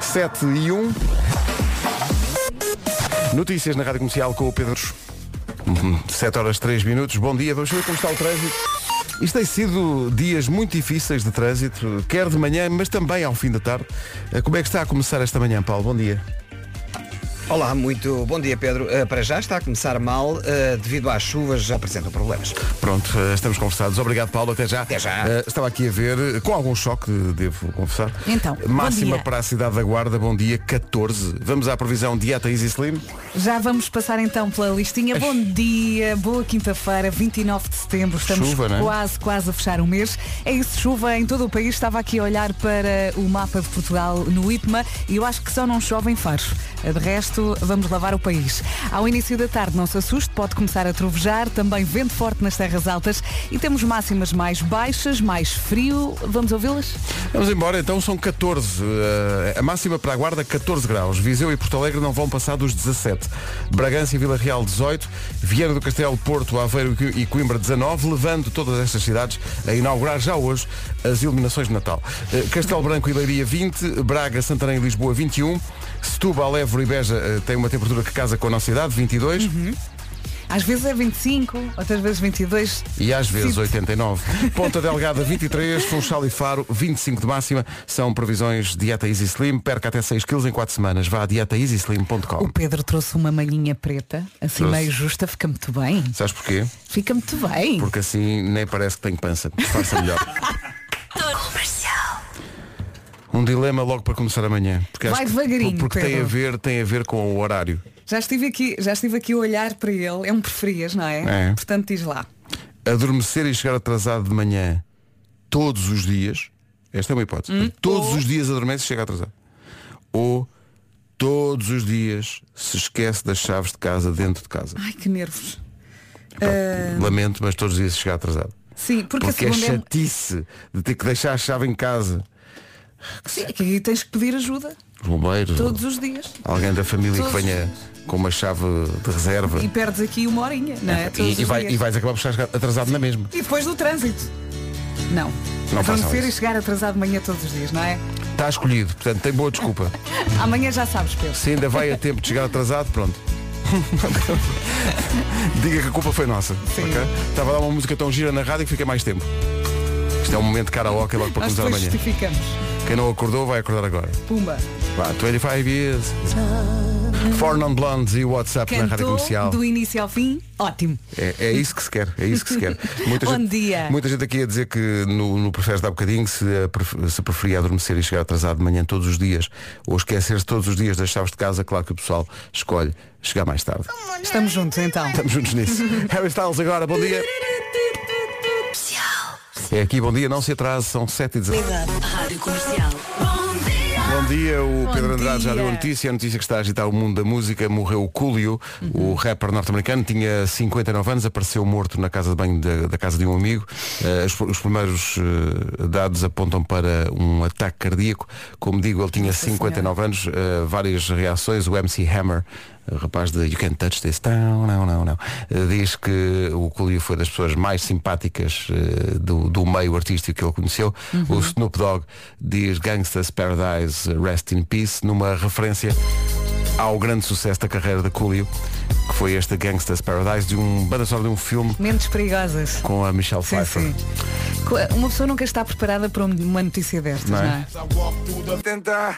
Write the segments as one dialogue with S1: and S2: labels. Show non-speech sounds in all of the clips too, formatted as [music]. S1: 7 e 1. Notícias na Rádio Comercial com o Pedro. 7 horas 3 minutos. Bom dia, vamos ver como está o trânsito. Isto tem sido dias muito difíceis de trânsito, quer de manhã, mas também ao fim da tarde. Eh, Como é que está a começar esta manhã, Paulo? Bom dia.
S2: Olá, muito bom dia Pedro. Eh, para já está a começar mal, eh, devido às chuvas já apresentam problemas.
S1: Pronto, eh, estamos conversados. Obrigado, Paulo. Até já.
S2: Até já.
S1: Eh, estava aqui a ver, eh, com algum choque, de- devo confessar.
S3: Então, bom
S1: Máxima
S3: dia.
S1: para a cidade da Guarda, bom dia, 14. Vamos à previsão Dieta Easy Slim.
S3: Já vamos passar então pela listinha. Bom dia, boa quinta-feira, 29 de setembro. Estamos
S1: Chuva, não é?
S3: quase, quase a fechar o mês. É isso, chuva em todo o país. Estava aqui a olhar para o mapa de Portugal no IPMA e eu acho que só não chove em Faro. De resto, vamos lavar o país. Ao início da tarde, não se assuste, pode começar a trovejar. Também vento forte nas terras altas e temos máximas mais baixas, mais frio. Vamos ouvi-las?
S1: Vamos embora, então são 14. eh, a máxima para a Guarda, 14 graus. Viseu e Porto Alegre não vão passar dos 17. Bragança e Vila Real, 18. Viana do Castelo, Porto, Aveiro e Coimbra, 19. Levando todas estas cidades a inaugurar já hoje as iluminações de Natal. Eh, Castelo Branco e Leiria, 20. Braga, Santarém e Lisboa, 21. Setúbal, Évora e Beja eh, têm uma temperatura que casa com a nossa cidade, 22.
S3: Às vezes é 25, outras vezes 22.
S1: E às vezes
S3: Sim.
S1: 89. Ponta
S3: [laughs]
S1: Delgada 23, Funchal e Faro 25 de máxima. São previsões Dieta Easy Slim. Perca até 6 quilos em 4 semanas. Vá a
S3: O
S1: dietaeasyslim.com.
S3: Pedro trouxe uma manhinha preta, assim
S1: Trouxe.
S3: meio justa, fica muito bem.
S1: Sabes porquê?
S3: Fica muito bem.
S1: Porque assim nem parece que tenho pança. Faça melhor. Um dilema logo para começar amanhã. Porque
S3: Vai
S1: acho que-
S3: devagarinho,
S1: Porque tem
S3: Pedro.
S1: a, ver, tem a ver com o horário.
S3: Já estive aqui, já estive aqui a olhar para ele. É um preferias, não é?
S1: É.
S3: Portanto, diz lá.
S1: Adormecer e chegar atrasado de manhã todos os dias. Esta é uma hipótese.
S3: Hum.
S1: todos os dias adormece e chega atrasado. Ou todos os dias se esquece das chaves de casa dentro de casa.
S3: Ai, que nervos.
S1: Lamento, mas todos os dias se chega atrasado.
S3: Sim, Ah. porque,
S1: Porque
S3: a
S1: é
S3: segunda um-
S1: chatice de ter que deixar a chave em casa.
S3: é. Sim, é que aí tens que pedir ajuda
S1: Os bombeiros,
S3: todos os dias.
S1: alguém da família que
S3: Todos os
S1: venha com uma chave de reserva.
S3: E perdes aqui uma horinha, não é? Todos
S1: E, e
S3: os
S1: vai-
S3: dias.
S1: e vais acabar por chegar atrasado na mesma.
S3: E depois do trânsito. Não.
S1: Não façam
S3: Adormecer
S1: isso.
S3: e chegar atrasado de manhã todos os dias, não é?
S1: Está escolhido, portanto tem boa desculpa.
S3: Amanhã já sabes, Pedro.
S1: Se ainda vai a tempo de chegar atrasado, pronto. [laughs] Diga que a culpa foi nossa.
S3: Sim.
S1: ok? Estava a dar uma música tão gira na rádio que fica mais tempo. Isto é um momento de karaoke logo para
S3: Nós
S1: começar
S3: depois tipo-
S1: amanhã.
S3: justificamos.
S1: Quem não acordou vai acordar agora.
S3: Pumba.
S1: Vá, 25 years. For non blondes e WhatsApp na rádio
S3: Cantou
S1: comercial.
S3: do início ao fim, ótimo.
S1: É, é isso que se quer, é isso que
S3: [laughs]
S1: se quer.
S3: Bom
S1: gente,
S3: dia.
S1: Muita gente aqui a dizer que no, no preferes de há bocadinho se, eh, pref- se preferia adormecer e chegar atrasado de manhã todos os dias ou esquecer-se todos os dias das chaves de casa, claro que o pessoal escolhe chegar mais tarde.
S3: Estamos juntos então.
S1: Estamos juntos nisso. Harry Styles agora, bom dia. É aqui, bom dia, não se atrase, são 7 e 19
S4: Rádio Comercial. Bom dia.
S1: Bom dia, o
S3: Bom
S1: Pedro Andrade já
S3: dia.
S1: deu a notícia, a notícia que está a agitar o mundo da música. Morreu o Coolio,
S4: Uhum.
S1: o rapper norte-americano, tinha 59 anos, apareceu morto na casa de banho da, da casa de um amigo. Eh, os, os primeiros eh, dados apontam para um ataque cardíaco. Como digo, ele tinha
S3: Nossa
S1: 59 anos, eh, várias reações. O MC Hammer, eh, rapaz de You Can't Touch This, não, não, não, não, eh, diz que o Coolio foi das pessoas mais simpáticas eh, do, do meio artístico que ele conheceu.
S3: Uhum.
S1: O Snoop Dogg diz Gangsta's Paradise, Rest in Peace, numa referência ao grande sucesso da carreira de Coolio, que foi este Gangsta's Paradise, de um banda sonora de um filme
S3: Mentes perigosas.
S1: com a Michelle
S3: Sim,
S1: Pfeiffer.
S3: sim. Co- Uma pessoa nunca está preparada para um- uma notícia destas,
S1: Não
S3: não
S1: é?
S3: é?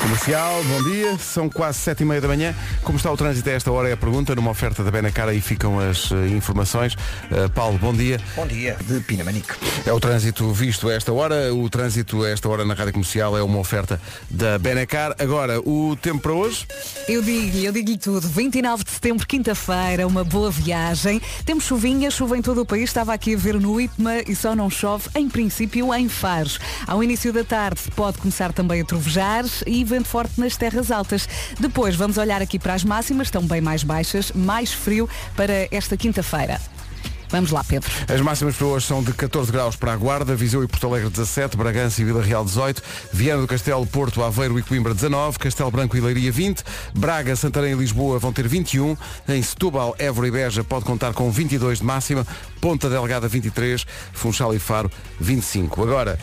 S1: Comercial, bom dia, são quase sete e meia da manhã. Como está o trânsito a esta hora é a pergunta, numa oferta da Benacara e ficam as eh, informações. Eh, Paulo, bom dia.
S2: Bom dia de Pinamanique.
S1: É o trânsito visto a esta hora. O trânsito a esta hora na Rádio Comercial é uma oferta da Benacar. Agora, o tempo para hoje,
S3: Eu digo-lhe, eu digo-lhe tudo. 29 de setembro, quinta-feira, uma boa viagem. Temos chuvinha, chuva em todo o país. Estava aqui a ver no IPMA e só não chove, em princípio, em Faros. Ao início da tarde pode começar também a trovejar e vento forte nas terras altas. Depois vamos olhar aqui para as máximas, estão bem mais baixas, mais frio para esta quinta-feira. Vamos lá, Pedro.
S1: as máximas para hoje são de 14 graus para a Guarda, Viseu e Porto Alegre 17, Bragança e Vila Real 18, Viana do Castelo, Porto, Aveiro e Coimbra 19, Castelo Branco e Leiria 20, Braga, um, Santarém e Lisboa vão ter 21, em Setúbal, Évora e Beja pode contar com 22 de máxima, Ponta Delgada 23, Funchal e Faro 25. Agora,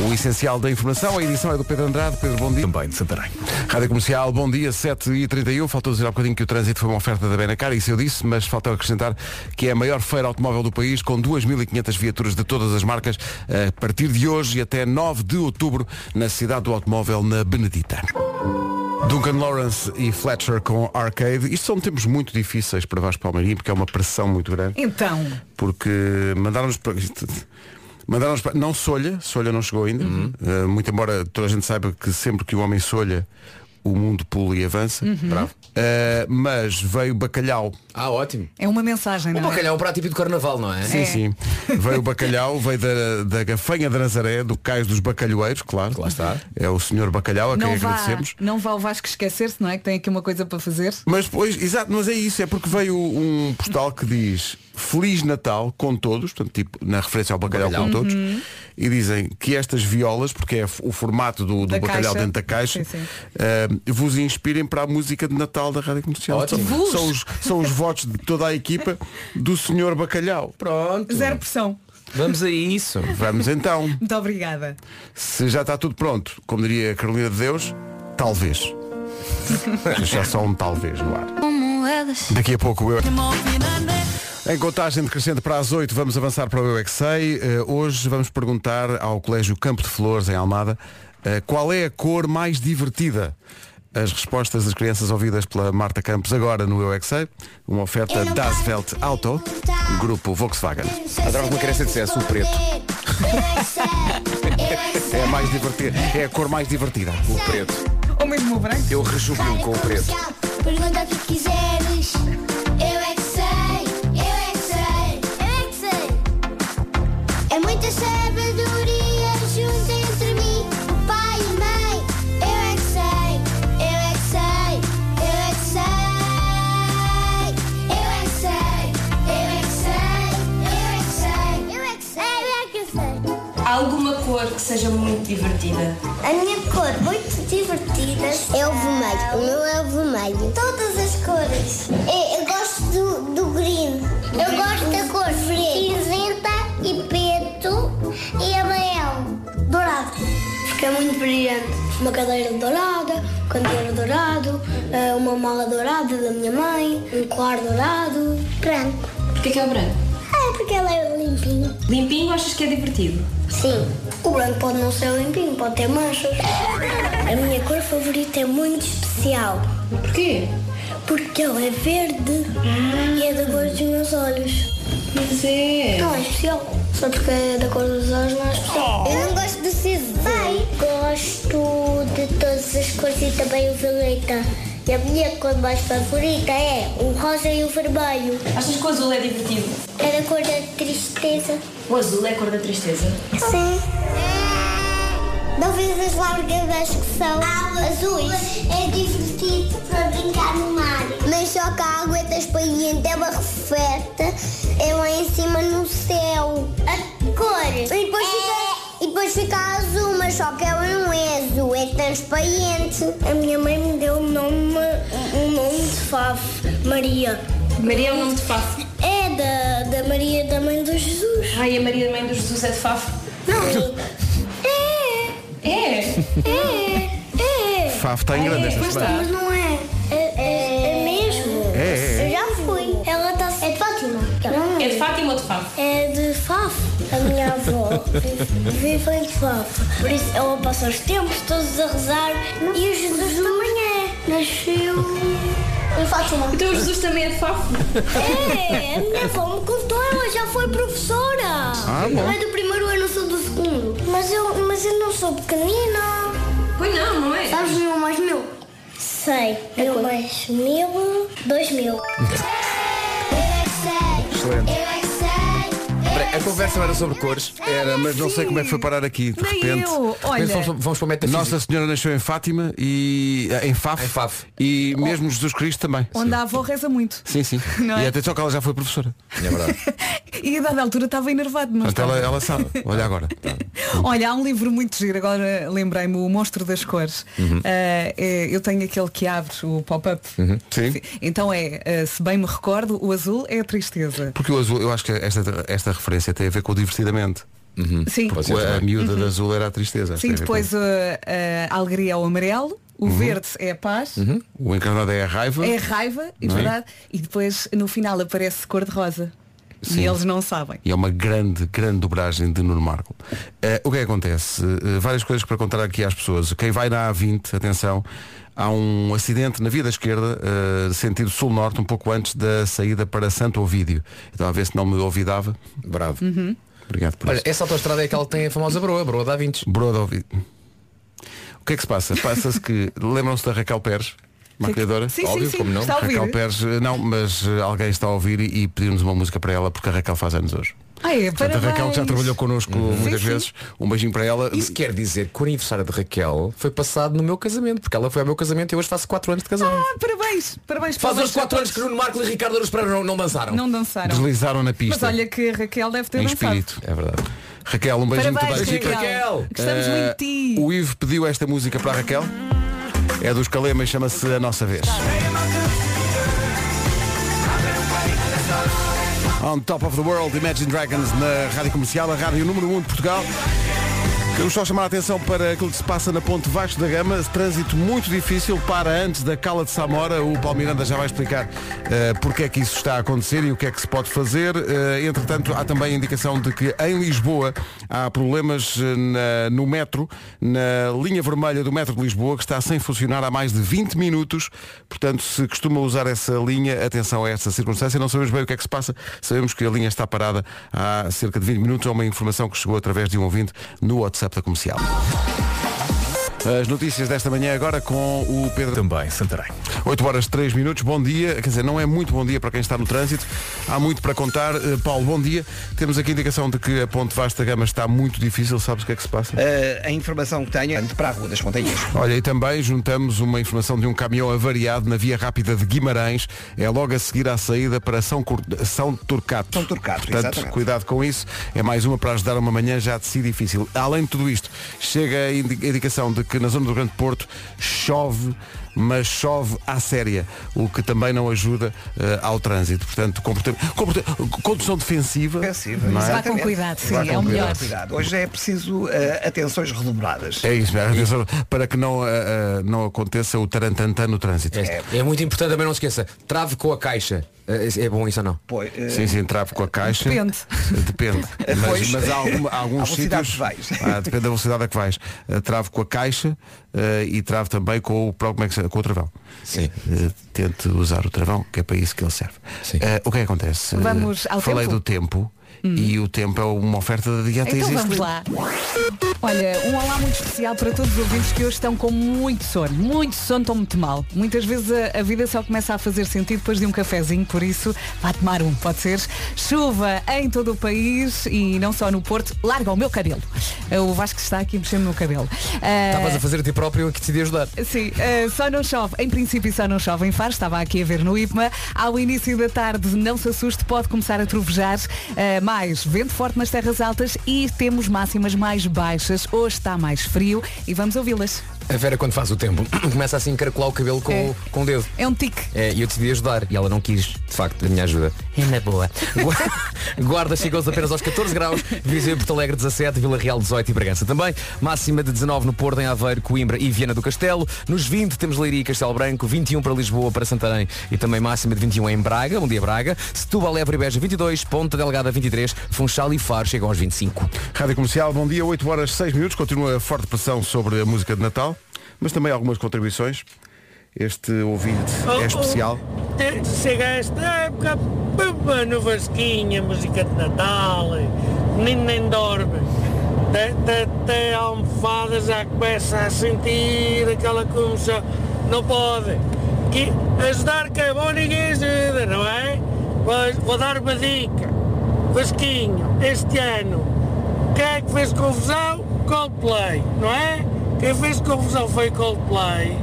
S1: o essencial da informação, a edição é do Pedro Andrade. Pedro, bom dia.
S5: Também de Santarém.
S1: Rádio Comercial, bom dia, 7h31. Faltou dizer há bocadinho que o trânsito foi uma oferta da Benacar, isso eu disse, mas falta acrescentar que é a maior feira automóvel do país, com 2.500 viaturas de todas as marcas, eh, a partir de hoje e até 9 de outubro, na cidade do automóvel, na Benedita. Duncan Lawrence e Fletcher com Arcade. Isto são tempos muito difíceis para Vasco Palmeirim, porque é uma pressão muito grande
S3: Então,
S1: porque mandaram-nos para. [laughs] Mandaram-nos para. Não Solha, Solha não chegou ainda.
S5: Uhum.
S1: Uh, muito embora toda a gente saiba que sempre que o homem solha, o mundo pula e avança.
S5: Uhum. Bravo.
S1: Uh, mas veio bacalhau.
S5: Ah, ótimo.
S3: é uma mensagem,
S5: O
S3: não é?
S5: bacalhau é um prato típico do carnaval, não é?
S1: Sim, sim. Veio bacalhau,
S5: [laughs]
S1: veio da, da Gafanha de Nazaré, do Cais dos Bacalhoeiros, claro.
S5: Lá está.
S1: É o senhor Bacalhau a quem
S3: Não vá,
S1: é agradecemos.
S3: não vá o Vasco esquecer-se, não é? Que tem aqui uma coisa para fazer.
S1: Mas pois, exato, mas é isso, é porque veio um postal que diz Feliz Natal com todos, portanto, tipo, na referência ao bacalhau, com todos,
S3: Uhum.
S1: e dizem que estas violas, porque é f- o formato do, do
S3: Da
S1: bacalhau
S3: caixa.
S1: dentro da caixa,
S3: Sim, sim.
S1: eh, vos inspirem para a música de Natal da Rádio Comercial. São,
S5: Ótimo.
S3: Vos.
S1: são os, são os votos de toda a equipa do Senhor Bacalhau.
S5: Pronto.
S3: Zero pressão.
S5: Vamos a isso.
S1: Vamos então,
S3: Muito obrigada.
S1: se já está tudo pronto, como diria a Carolina de Deus,
S3: [laughs]
S1: talvez. Deixar só um talvez no ar.
S4: Como elas
S1: Daqui a pouco eu.
S4: se movem na net.
S1: Em contagem decrescente para as 8, vamos avançar para o Eu é Que Sei. Eh, hoje vamos perguntar ao Colégio Campo de Flores, em Almada, eh, qual é a cor mais divertida? As respostas das crianças ouvidas pela Marta Campos agora no Eu é Que Sei, uma oferta das Welt Auto, grupo Volkswagen.
S6: Adorava que uma criança dissesse o preto. [laughs]
S1: É a, mais divertida, é a cor mais divertida.
S6: O preto.
S3: Ou mesmo o branco.
S6: Eu rejubilo com o preto. Pergunta o que quiseres. Eu é que sei. Eu é que sei. Eu é que sei. É muita sabedoria junta entre mim, o pai e a mãe. Eu é que sei. Eu é que sei. Eu é que sei. Eu é que sei. Eu é que sei. Eu é que sei. Eu é que sei. Eu é que sei.
S7: Há alguma cor que seja muito divertida?
S6: A minha cor muito divertida é o vermelho. O meu é o vermelho. Todas as cores. É, Eu, gosto do, do green. Eu gosto da cor cinzenta e preto e amarelo. Dourado. Fica muito brilhante. Uma cadeira dourada, um candeeiro dourado, eh, uma mala dourada da minha mãe, um colar dourado. Branco.
S7: Porquê que é o branco?
S6: É porque ela é limpinha.
S7: Limpinho achas que é divertido?
S6: Sim. O branco pode não ser limpinho, pode ter manchas. A minha cor favorita é muito especial,
S7: Porquê?
S6: porque ela é verde e é da cor dos meus olhos.
S7: Pois é.
S6: Não é especial. Só porque é da cor dos olhos não é especial. Eu não gosto do cinza. Bem, gosto de todas as cores e também o violeta. E a minha cor mais favorita é o rosa e o vermelho.
S7: Achas que o azul é divertido?
S6: É da cor da tristeza.
S7: O azul é a cor da tristeza.
S6: Sim. Não vês as lárgadas que são azuis? É divertido para brincar no mar. Mas só que a água é transparente, é uma oferta, é lá em cima no céu. A cor. é E depois, fica, e depois fica azul, mas só que ela não é azul, é transparente. A minha mãe me deu um nome, um nome de Faf, Maria.
S7: Maria é o nome de Fafo.
S6: É da, da Maria, da mãe do Jesus.
S7: Ai, a Maria Mãe do Jesus é de Fafo.
S6: Não. É.
S7: É.
S6: É. É.
S1: Faf está em grande esta
S7: pois
S1: semana.
S7: está.
S6: Mas não é. É, é, mesmo?
S1: É, é,
S6: Eu já fui. Ela está. É de Fátima? Não.
S7: É de Fátima ou de Fafo?
S6: É de Faf. A minha
S1: [laughs]
S6: avó vive- vive em Faf. Por isso ela passa os tempos todos a rezar. E o Jesus da manhã nasceu. Em Fátima.
S7: Então o Jesus também é de Fafo.
S6: É, a minha avó me contou, ela já foi professora.
S1: Ah, bom.
S6: Não é do primeiro ano, eu sou do segundo. Mas eu, mas eu não sou pequenina.
S7: Pois não, não é?
S6: Sabes o meu mais meu? Sei. Meu mais mil, dois mil.
S1: Excelente.
S6: Eu é que sei, eu é que sei.
S5: Espera aí, A conversa era sobre cores.
S1: Era, mas não sei
S3: Sim.
S1: como é que foi parar aqui, de
S3: Nem
S1: repente.
S3: eu. Olha,
S5: Vamos, vamos para o metafísico.
S1: Nossa Senhora nasceu em Fátima e eh, em Faf,
S5: Em Faf.
S1: e mesmo Jesus Cristo também.
S3: onde a avó reza muito. [laughs]
S1: Sim, sim.
S3: Não é?
S1: E atenção que ela já foi professora.
S5: É verdade.
S3: E a dada altura estava enervado, não
S1: Portanto, Então ela, é-
S3: estava?
S1: ela sabe. Olha agora.
S3: Olha, há um livro muito giro, agora lembrei-me, o Monstro das Cores.
S1: Uhum.
S3: Eh, eh, eu tenho aquele que abre o pop-up.
S1: Sim.
S3: Então é, eh, se bem me recordo, o azul é a tristeza.
S1: Porque o azul, eu acho que esta, esta referência tem a ver com o divertidamente. Hum,
S3: Sim.
S5: Pode ser.
S1: O- A miúda de azul era a tristeza. acho
S3: Uhum. Sim,
S1: que é Uhum. tem a ver
S3: depois eh, eh, a alegria é o amarelo, o verde é a paz,
S1: com- O encarnado é a raiva.
S3: é a raiva, e
S1: Uhum. Não é?
S3: verdade, e depois no final aparece cor-de-rosa. E eles não sabem.
S1: E é uma grande, grande dobragem de Nuno Marco. Eh, o que é que acontece? Eh, várias coisas para contar aqui às pessoas. Quem vai na A20, atenção, há um acidente na via da esquerda, eh, sentido sul-norte, um pouco antes da saída para Santo Ovídio. Estava a ver se não me olvidava.
S5: Bravo.
S3: Uhum.
S1: Obrigado por
S5: Olha,
S1: isso.
S5: essa autostrada é aquela que tem a famosa broa, a broa da 20.
S1: Brodo Ovídio. O que é que se passa? Passa-se que, [laughs] lembram-se da Raquel Pérez? Maquiadora?
S3: Sim, sim,
S5: Óbvio,
S3: sim,
S5: como não,
S3: está a ouvir.
S1: Raquel Pérez, eh, não, mas eh, alguém está a ouvir e, e pediu-nos uma música para ela porque a Raquel faz anos hoje.
S3: Ah, é,
S1: Portanto, a Raquel que já
S3: parabéns.
S1: trabalhou connosco muitas
S3: Sim, sim.
S1: vezes. Um beijinho para ela.
S5: Isso quer dizer que o aniversário de Raquel foi passado no meu casamento, porque ela foi ao meu casamento e hoje faço 4 anos de casamento.
S3: Ah, parabéns, parabéns.
S5: Faz
S3: parabéns,
S5: hoje 4 anos que Nuno Marco e Ricardo Aruz Pereira não, não dançaram.
S3: Não dançaram.
S1: Deslizaram na
S3: é Mas
S1: pista.
S3: olha que a Raquel deve ter
S1: em
S3: dançado.
S1: espírito.
S5: É verdade.
S1: Raquel, um beijinho
S3: Parabéns,
S1: para
S5: Raquel.
S3: Raquel.
S5: Raquel.
S3: Gostamos
S1: Eh,
S3: muito de ti.
S1: O Ivo pediu esta música para a Raquel. É dos Calema e chama-se A Nossa Vez. On Top of the World, Imagine Dragons na Rádio Comercial, a Rádio Número 1 de Portugal. Queremos só chamar a atenção para aquilo que se passa na Ponte Baixo da Gama. Trânsito muito difícil para antes da Cala de Samora. O Paulo Miranda já vai explicar eh, porque é que isso está a acontecer e o que é que se pode fazer. Eh, entretanto, há também a indicação de que em Lisboa há problemas eh, na- no metro, na linha vermelha do metro de Lisboa, que está sem funcionar há mais de 20 minutos. Portanto, se costuma usar essa linha, atenção a esta circunstância. Não sabemos bem o que é que se passa. Sabemos que a linha está parada há cerca de 20 minutos. É uma informação que chegou através de um ouvinte no WhatsApp da comercial. As notícias desta manhã agora com o Pedro.
S8: Também Santarém.
S1: 8 horas 3 minutos, bom dia. Quer dizer, não é muito bom dia para quem está no trânsito. Há muito para contar. Eh, Paulo, bom dia. Temos aqui a indicação de que a ponte vasta gama está muito difícil. Sabes o que é que se passa?
S2: [laughs] Eh, a informação que tenho é para a Rua das Fontanhas.
S1: Olha, e também juntamos uma informação de um caminhão avariado na via rápida de Guimarães. É logo a seguir à saída para São, Cor... São Turcato.
S2: São Turcato,
S1: Portanto,
S2: exatamente.
S1: cuidado com isso. É mais uma para ajudar uma manhã já de si difícil. Além de tudo isto, chega a indi- a indicação de que na zona do Grande Porto chove, mas chove à séria, o que também não ajuda eh, ao trânsito. Portanto, comporta... comporta- condução defensiva.
S2: Defensiva,
S1: não é?
S3: Vá com cuidado, sim,
S1: Vá com
S3: é o melhor.
S2: Cuidado. Hoje é preciso eh, atenções redobradas.
S1: É isso, mesmo. Atenção, para que não, eh, eh, não aconteça o tarantantã no trânsito.
S5: É, é muito importante também, não se esqueça. Trave com a caixa. É, é bom isso ou não?
S2: Pois, eh,
S1: Sim, sim, travo com a caixa.
S3: Depende.
S1: [laughs]
S3: [laughs]
S1: Depende. Mas,
S2: Pois.
S1: mas há, alguma- há
S2: À
S1: alguns
S2: velocidade
S1: sítios.
S2: que vais.
S1: [laughs] Ah, depende da velocidade a que vais. Ah, travo com a caixa ah, e travo também com o, pró- como é que se- com o travão.
S5: Sim.
S1: Ah, tente usar o travão, que é para isso que ele serve.
S5: Sim.
S1: Ah, o que é que acontece?
S3: Vamos
S1: Ah,
S3: ao
S1: Falei
S3: tempo? Hum.
S1: do tempo e o tempo é uma oferta da dieta
S3: Então
S1: existe.
S3: vamos lá. Olha, um olá muito especial para todos os ouvintes que hoje estão com muito sono. Muito sono, estão muito mal. Muitas vezes a, a vida só começa a fazer sentido depois de um cafezinho, por isso vá tomar um, pode ser. Chuva em todo o país e não só no Porto. Larga o meu cabelo. O Vasco está aqui mexendo no cabelo. Ah,
S5: Estavas a fazer a ti próprio que te decidi ajudar.
S3: Sim, eh, só não chove. Em princípio, só não chove em Faro. Estava aqui a ver no IPMA. Ao início da tarde, não se assuste, pode começar a trovejar. Eh, mais vento forte nas terras altas e temos máximas mais baixas. Hoje está mais frio e vamos ouvi-las.
S5: A Vera, quando faz o tempo, [clears throat] começa assim a encaracolar o cabelo com,
S3: É.
S5: o, com o dedo.
S3: É um tique.
S5: É, e eu decidi ajudar e ela não quis, de facto, a minha ajuda. É na boa. [laughs] Guarda chegou apenas aos 14 graus, Viseu e Porto Alegre 17, Vila Real 18 e Bragança também. Máxima de 19 no Porto, em Aveiro, Coimbra e Viana do Castelo. Nos 20 temos Leiria e Castelo Branco, 21 para Lisboa, para Santarém e também máxima de 21 em Braga, bom dia Braga. Setúbal, Évora e Beja 22, Ponta Delgada 23, Funchal e Faro chegam aos 25.
S1: Rádio Comercial, bom dia, 8 horas 6 minutos. Continua a forte pressão sobre a música de Natal, mas também algumas contribuições. Este ouvinte
S3: Oh,
S1: é especial.
S9: Te- Chega a esta época, pumba, no Vasquinha, música de Natal, menino nem dorme. Até até a almofada já começa a sentir aquela comoção. Não pode. Que ajudar que é bom ninguém ajuda, não é? Pois, vou dar uma dica. Vasquinho, este ano, quem é que fez confusão? Coldplay, não é? Quem fez confusão foi Coldplay.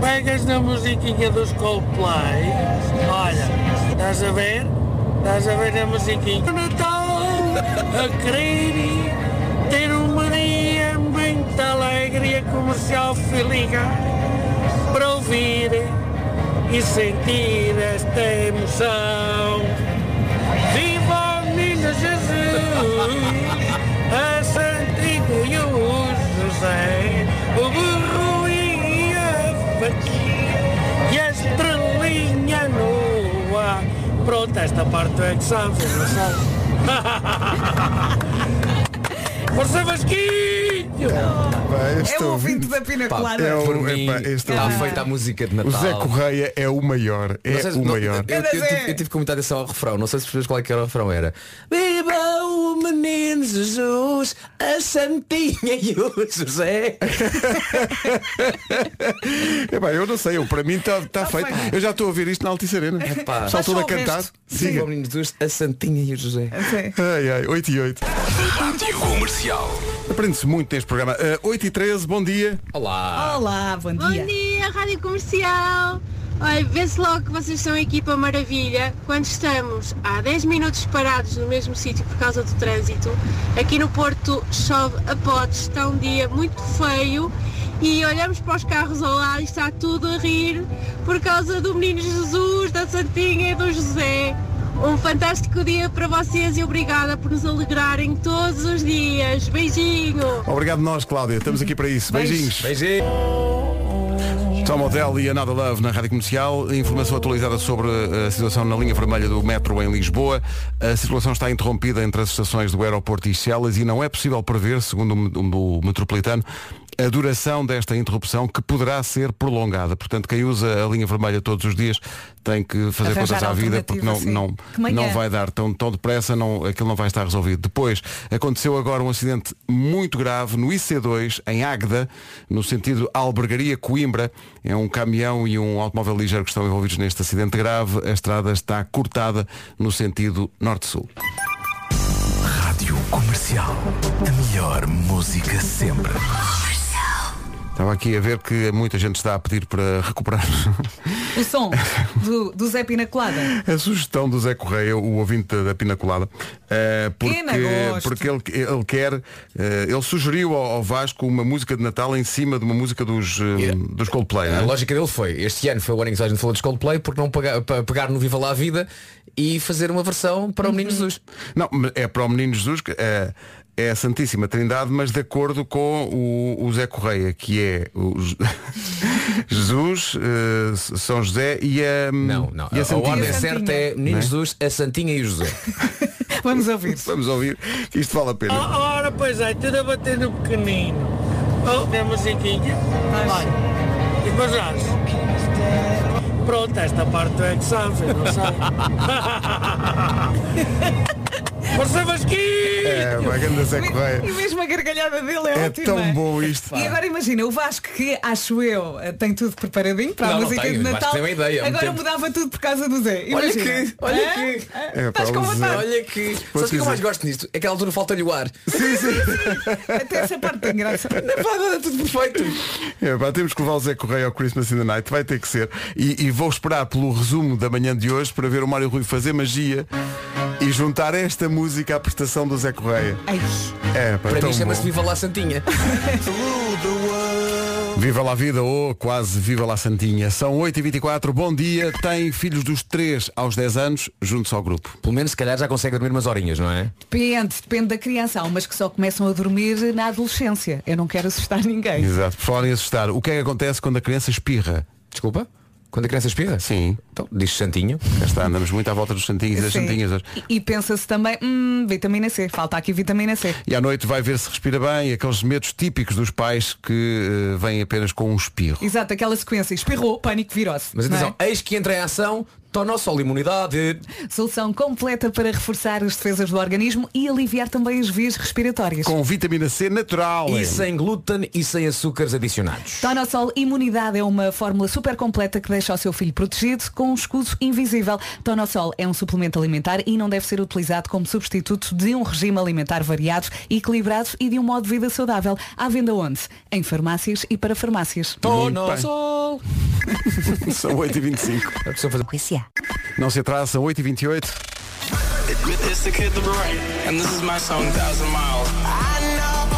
S9: Pegas na musiquinha dos Coldplay. Olha, estás a ver? Estás a ver a musiquinha? O Natal, a querer ter uma Maria muito alegre e a comercial foi ligar para ouvir e sentir esta emoção. Viva o menino Jesus, a Santinho e o José, o burro e a faquinha e a estrelinha nua. Pronto, esta parte é que sabes, [laughs] não sabe? Força Vasquinho!
S1: Bem,
S3: É o
S1: estou
S3: ouvinte da Pina
S5: Pá,
S3: Colada.
S1: é o-
S5: Por mim,
S1: epá, este
S5: está
S1: é o-
S5: feita a música de
S1: O
S5: Natal.
S1: Zé Correia é o maior. É
S5: Não sei se-
S1: o
S5: não-
S1: maior.
S5: Eu, eu,
S3: Era
S5: eu
S3: Zé.
S5: tive- eu tive que muita atenção ao refrão, não sei se percebes qual é que era o refrão, era Viva o menino Jesus, a Santinha e o José.
S1: Epá, eu não sei, eu, para mim está tá feito. Eu já estou a ouvir isto na Altice Arena.
S5: Epá.
S1: Só tudo
S3: Mas só
S1: a
S3: o
S1: cantar.
S3: resto.
S5: Viva
S1: Siga.
S5: o menino Jesus, a Santinha e o José.
S3: Sim.
S1: Ai, ai, 8 e 8. Aprende-se muito neste programa. Ah, 8 e 13, bom dia.
S5: Olá.
S3: Olá, bom
S8: Bom
S3: dia.
S8: dia, Rádio Comercial! Olha, vê-se logo que vocês são a equipa maravilha. Quando estamos há 10 minutos parados no mesmo sítio por causa do trânsito, aqui no Porto chove a potes, está um dia muito feio e olhamos para os carros ao lado e está tudo a rir por causa do menino Jesus, da Santinha e do José. Um fantástico dia para vocês e obrigada por nos alegrarem todos os dias. Beijinho!
S1: Obrigado nós, Cláudia. Estamos aqui para isso. Beijinhos.
S5: Beijinho.
S1: Tom Odell e Another Love na Rádio Comercial. Informação atualizada sobre eh, a situação na linha vermelha do metro em Lisboa. A circulação está interrompida entre as estações do aeroporto e Chelas e não é possível prever, segundo o o metropolitano, a duração desta interrupção que poderá ser prolongada. Portanto, quem usa a linha vermelha todos os dias tem que fazer
S3: Arranjar
S1: contas à vida
S3: alternativa,
S1: porque não,
S3: sim.
S1: não,
S3: Que manhã.
S1: não vai dar tão, tão depressa, não, aquilo não vai estar resolvido. Depois, aconteceu agora um acidente muito grave no IC2, em Águeda, no sentido Albergaria-Coimbra. É um caminhão e um automóvel ligeiro que estão envolvidos neste acidente grave. A estrada está cortada no sentido Norte-Sul.
S10: Rádio Comercial. A melhor música sempre.
S1: Estava aqui a ver que muita gente está a pedir para recuperar [laughs]
S3: O som do, do Zé Pina Colada.
S1: a sugestão do Zé Correia, o ouvinte da, da Pina Colada, eh, porque,
S3: Pina, gosto.
S1: porque ele, ele quer, eh, ele sugeriu ao, ao Vasco uma música de Natal em cima de uma música dos, eh, dos Coldplay.
S5: A
S1: não é?
S5: lógica dele foi, este ano foi o ano em que a gente falou de Coldplay, porque não pagar, pa- pegar no Viva lá a Vida e fazer uma versão para o Menino Jesus.
S1: Não, mas é para o Menino Jesus, que é, é a Santíssima Trindade, mas de acordo com o, o Zé Correia, que é o Je- [laughs] Jesus, eh, São José e a,
S5: Não, não.
S1: E a
S5: a, a
S1: Santíssima.
S3: Santinha.
S5: ordem certa é Menino Jesus, a Santinha e o José.
S3: Vamos ouvir.
S1: Vamos ouvir, que isto vale a pena.
S3: Oh,
S9: Ora, ora, pois é, tudo a bater no pequenino. Oh, é a musiquinha. Olha. E depois olhas. Pronto, esta parte tu é que sabes, eu
S3: [laughs]
S9: não sei. Força Vasquinho!
S1: É, uma grande Zé Correia.
S3: E mesmo a gargalhada dele é,
S1: É
S3: ótima.
S1: tão bom isto.
S3: E agora imagina, o Vasco que acho eu eh, tem tudo preparadinho para
S5: Não,
S3: a
S5: não
S3: música
S5: tem,
S3: de
S5: o Vasco
S3: Natal.
S5: tem uma ideia, há muito
S3: agora
S5: tempo.
S3: mudava tudo por causa do Zé.
S5: Olha
S3: Imagina.
S5: que, olha
S3: Hã?
S5: que.
S3: Hã?
S1: É,
S3: Estás
S1: pá,
S3: com
S1: o Zé.
S3: vontade.
S5: Olha que. Sabes o que
S1: dizer.
S5: eu mais gosto nisto? É que a altura falta-lhe o ar.
S1: Sim, sim.
S3: Até essa parte tem graça.
S5: Pá, é tudo perfeito.
S1: É, pá, temos que levar o Zé Correia ao Christmas in the Night, vai ter que ser. E, e vou esperar pelo resumo da manhã de hoje para ver o Mário Rui fazer magia e juntar esta música à prestação do Zé Correia.
S3: Ai,
S1: É, pá,
S5: Para
S1: tão
S5: mim chama-se
S1: bom.
S5: Viva lá Santinha.
S1: Viva lá a vida, ou quase viva lá Santinha. São 8h24, bom dia. Tem filhos dos 3 aos 10 anos, juntos ao grupo.
S5: Pelo menos se calhar já consegue dormir umas horinhas, não é?
S3: depende, depende da criança. Há umas que só começam a dormir na adolescência. Eu não quero assustar ninguém.
S1: Exato, por falar em assustar, o que é que acontece quando a criança espirra?
S5: Desculpa? Quando a criança espirra?
S1: Sim.
S5: Então, diz Santinho.
S1: Já está, andamos muito à volta dos santinhos e das
S3: Sim.
S1: santinhas hoje.
S3: E, e pensa-se também, hum, vitamina C, falta aqui vitamina C.
S1: E à noite vai ver se respira bem, aqueles medos típicos dos pais que eh, vêm apenas com um espirro.
S3: Exato, aquela sequência, espirrou, pânico, virose.
S5: Mas
S3: não é?
S5: atenção, eis que entra em ação Tonossol Imunidade.
S3: Solução completa para reforçar as defesas do organismo e aliviar também as vias respiratórias.
S1: Com vitamina C natural.
S5: E
S1: hein?
S5: sem glúten e sem açúcares adicionados.
S3: Tonosol Imunidade é uma fórmula super completa que deixa o seu filho protegido com um escudo invisível. Tonosol é um suplemento alimentar e não deve ser utilizado como substituto de um regime alimentar variado, equilibrado e de um modo de vida saudável. À venda onde? Em farmácias e para farmácias.
S5: Tonossol.
S1: [laughs] São 8h25.
S5: A pessoa faz-
S1: Não se atrasa, são 8h28.
S11: It's the kid LeBron, and this is my song, Thousand Miles.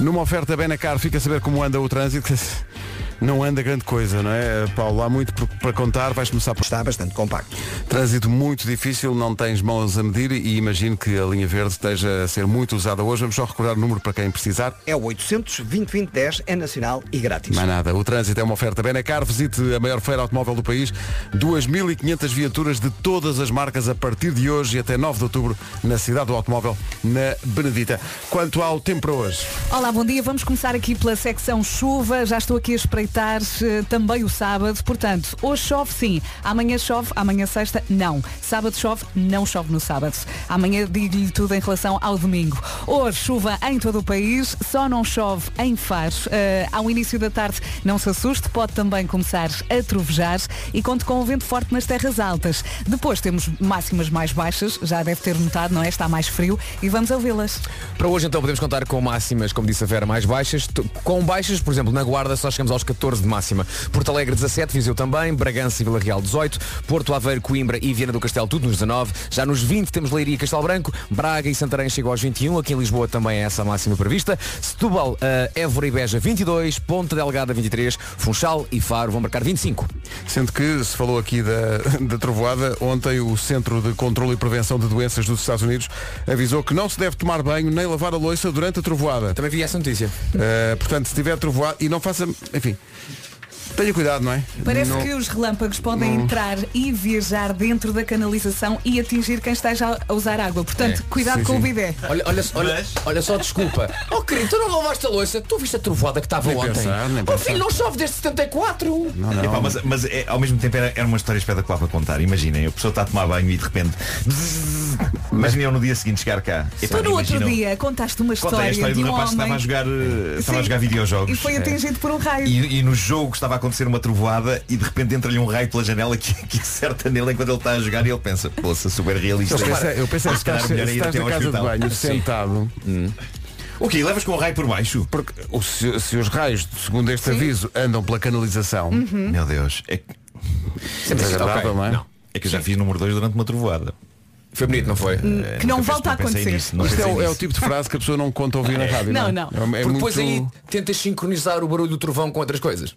S1: Numa oferta Benacar, fica a saber como anda o trânsito. Não anda grande coisa, não é, Paulo? Há muito por- para contar, vais começar por...
S2: Está bastante compacto.
S1: Trânsito muito difícil, não tens mãos a medir e imagino que a linha verde esteja a ser muito usada hoje. Vamos só recordar o número para quem precisar.
S2: É o 800 20 10 é nacional e grátis.
S1: Mais nada. O trânsito é uma oferta Benacar. Visite a maior feira automóvel do país. 2.500 viaturas de todas as marcas a partir de hoje e até 9 de outubro na cidade do automóvel, na Benedita. Quanto ao tempo para hoje,
S3: Olá, bom dia. Vamos começar aqui pela secção chuva. Já estou aqui a espreitar eh, também o sábado. Portanto, hoje chove sim, amanhã chove, amanhã sexta, não. Sábado chove, não chove no sábado. Amanhã digo-lhe tudo em relação ao domingo. Hoje chuva em todo o país, só não chove em Faro. Eh, ao início da tarde, não se assuste, pode também começar a trovejar e conte com o vento forte nas terras altas. Depois temos máximas mais baixas, já deve ter notado, não é? Está mais frio e vamos ouvi-las.
S5: Para hoje então podemos contar com máximas, como disse a Vera, mais baixas. T- Com baixas, por exemplo, na Guarda só chegamos aos 14 de máxima. Porto Alegre 17, Viseu também, Bragança e Vila Real 18, Porto Aveiro, Coimbra e Viana do Castelo tudo nos 19. Já nos 20 temos Leiria e Castelo Branco, Braga e Santarém chegam aos 21, aqui em Lisboa também é essa a máxima prevista. Setúbal, eh, Évora e Beja 22, Ponta Delgada 23, Funchal e Faro vão marcar 25.
S1: sendo que se falou aqui da, da trovoada, ontem o Centro de Controle e Prevenção de Doenças dos Estados Unidos avisou que não se deve tomar banho nem lavar a loiça durante a trovoada.
S5: Também vi essa notícia.
S1: Uh, portanto, se tiver trovoada e não faça, enfim, tenha cuidado, não é?
S3: Parece
S1: Não-
S3: que os relâmpagos podem entrar e viajar dentro da canalização e atingir quem esteja a usar água. Portanto,
S12: É.
S3: cuidado
S1: Sim,
S3: com
S1: sim.
S3: o bidé.
S5: Olha, olha, olha, olha só, desculpa. Oh querido, tu não lavaste a louça, tu viste a trovoada que estava
S1: Nem
S5: ontem.
S1: pensar, nem
S5: oh
S1: pensar.
S5: filho, não chove desde 74.
S12: Epá, mas mas é, ao mesmo tempo era, era uma história espetacular para contar. Imaginem, a pessoa está a tomar banho e de repente. [laughs] Imaginem eu no dia seguinte chegar cá.
S3: tu no outro
S12: imaginem-
S3: dia contaste uma história,
S12: Conta a história
S3: de
S12: do
S3: um
S12: rapaz que estava
S3: homem
S12: a jogar, eh, estava a
S3: Sim.
S12: jogar videojogos.
S3: e foi
S12: Eh,
S3: atingido por um raio.
S12: E, e no jogo estava a acontecer uma trovoada e de repente entra-lhe um raio pela janela que, [laughs] que acerta nele enquanto ele está a jogar e ele pensa, poça, super realista.
S3: é
S1: Eu pensei, eu pensei
S12: Ah,
S1: se estás,
S12: calhar
S1: se
S12: melhor é ir
S1: estás
S12: até
S1: na
S12: ao
S1: casa de
S12: hospital.
S1: banho
S12: Sim.
S1: sentado,
S12: O quê? Levas com o raio por baixo?
S1: porque o- se, se os raios, segundo este aviso, andam pela canalização,
S3: Uhum.
S12: Meu Deus. É, que-
S1: desagradável, Uhum. não é?
S12: é que eu já fiz número 2 durante uma trovoada.
S5: Foi bonito, não foi?
S12: Eh,
S3: Que não
S12: nunca
S3: volta a
S12: pensei- não pensei
S3: acontecer.
S12: nisso, não
S1: Uhum. Isto é,
S12: pensei
S1: o- é o
S12: nisso.
S1: tipo de frase que a pessoa não conta ouvir na rádio.
S3: Não,
S1: é?
S3: não.
S1: É, é
S5: Porque
S1: muito...
S5: depois aí tentas sincronizar o barulho do trovão com outras coisas.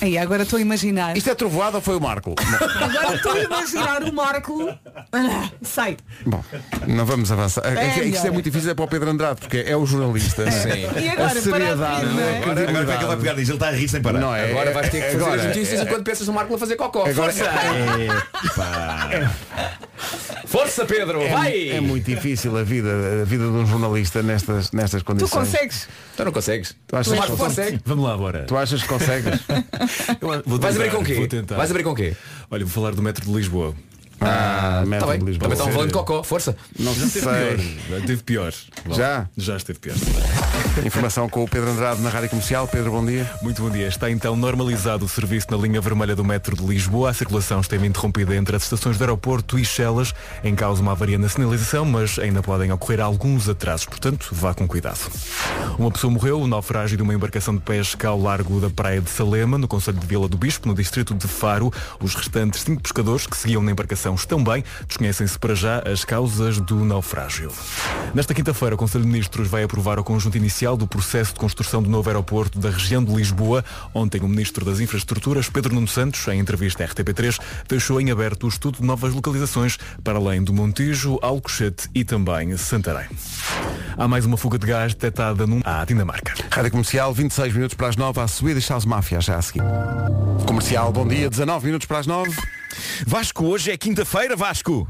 S3: Aí agora estou a imaginar.
S1: Isto é trovoada ou foi o
S5: [laughs]
S1: Marco?
S3: Agora estou a imaginar o
S12: [laughs]
S3: Marco. Ah, Sai.
S1: Bom, não vamos avançar. É, que- é que isto é
S3: melhor.
S1: muito difícil é para o Pedro Andrade, porque é o jornalista.
S5: Sim.
S3: E agora,
S1: A seriedade,
S3: para a
S1: não é?
S3: vida. né?
S12: Agora, agora como é que ele vai pegar nisso? Ele está a rir sem parar.
S1: Não é?
S5: Agora vais ter que fazer
S1: Agora,
S5: as notícias
S1: é-
S5: enquanto pensas no Marco a fazer cocó.
S1: Agora-
S5: Força!
S12: Pá.
S5: Força, Pedro! Vai!
S1: É, é muito difícil a vida, a vida de um jornalista nestas, nestas
S3: Tu
S1: condições.
S3: consegues?
S5: Tu não consegues.
S1: Tu achas,
S5: O
S1: que
S5: Marco
S1: consegues?
S5: consegue.
S11: Vamos lá agora.
S1: Tu achas que consegues?
S5: eh, Vais abrir com o quê? Vais abrir com o quê?
S11: Olha, vou falar do metro de Lisboa.
S1: Ah,
S5: Está
S1: metro
S5: tá
S1: de
S5: bem. Também um
S1: Lisboa.
S5: estão falando de cocó. Força.
S1: Não sei.
S11: Já teve pior. Vá lá.
S1: Já?
S11: Já esteve pior.
S1: [laughs] Informação com o Pedro Andrade na Rádio Comercial. Pedro, bom dia.
S11: Muito bom dia. Está então normalizado o serviço na linha vermelha do metro de Lisboa. A circulação esteve interrompida entre as estações do aeroporto e Chelas, em causa uma avaria na sinalização, mas ainda podem ocorrer alguns atrasos, portanto, vá com cuidado. Uma pessoa morreu, o naufrágio de uma embarcação de pesca ao largo da praia de Salema, no concelho de Vila do Bispo, no distrito de Faro. Os restantes cinco pescadores que seguiam na embarcação estão bem, desconhecem-se para já as causas do naufrágio. Nesta quinta-feira, o Conselho de Ministros vai aprovar o conjunto inicial do processo de construção do novo aeroporto da região de Lisboa. Ontem, o Ministro das Infraestruturas, Pedro Nuno Santos, em entrevista à RTP3, deixou em aberto o estudo de novas localizações para além do Montijo, Alcochete e também Santarém. Há mais uma fuga de gás detectada num... à Dinamarca.
S1: Rádio Comercial, 26 minutos para as 9, a Swedish House Mafia, já a seguir. Comercial, bom dia, 19 minutos para as 9.
S12: Vasco, hoje é quinta-feira, Vasco.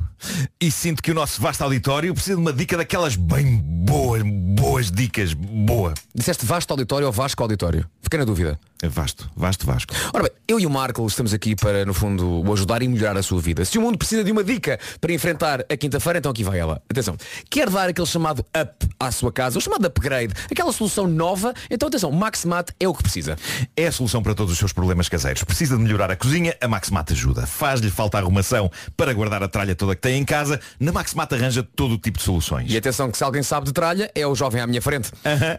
S12: e sinto que o nosso vasto auditório precisa de uma dica daquelas bem boas, boas dicas, boa.
S5: Disseste vasto auditório ou vasco auditório? Fiquei na dúvida.
S12: É vasto, vasto, vasco.
S5: Ora bem, eu e o Marco estamos aqui para, no fundo, o ajudar e melhorar a sua vida. Se o mundo precisa de uma dica para enfrentar a quinta-feira, então aqui vai ela. Atenção. Quer dar aquele chamado up à sua casa, o chamado upgrade, aquela solução nova, então atenção, MaxMat é o que precisa.
S12: É a solução para todos os seus problemas caseiros. Precisa de melhorar a cozinha? A Maxmat ajuda. Faz-lhe falta arrumação para guardar a tralha toda que tem em casa? Na Maxmat arranja todo o tipo de soluções.
S5: E atenção que se alguém sabe de tralha, é o jovem à minha frente.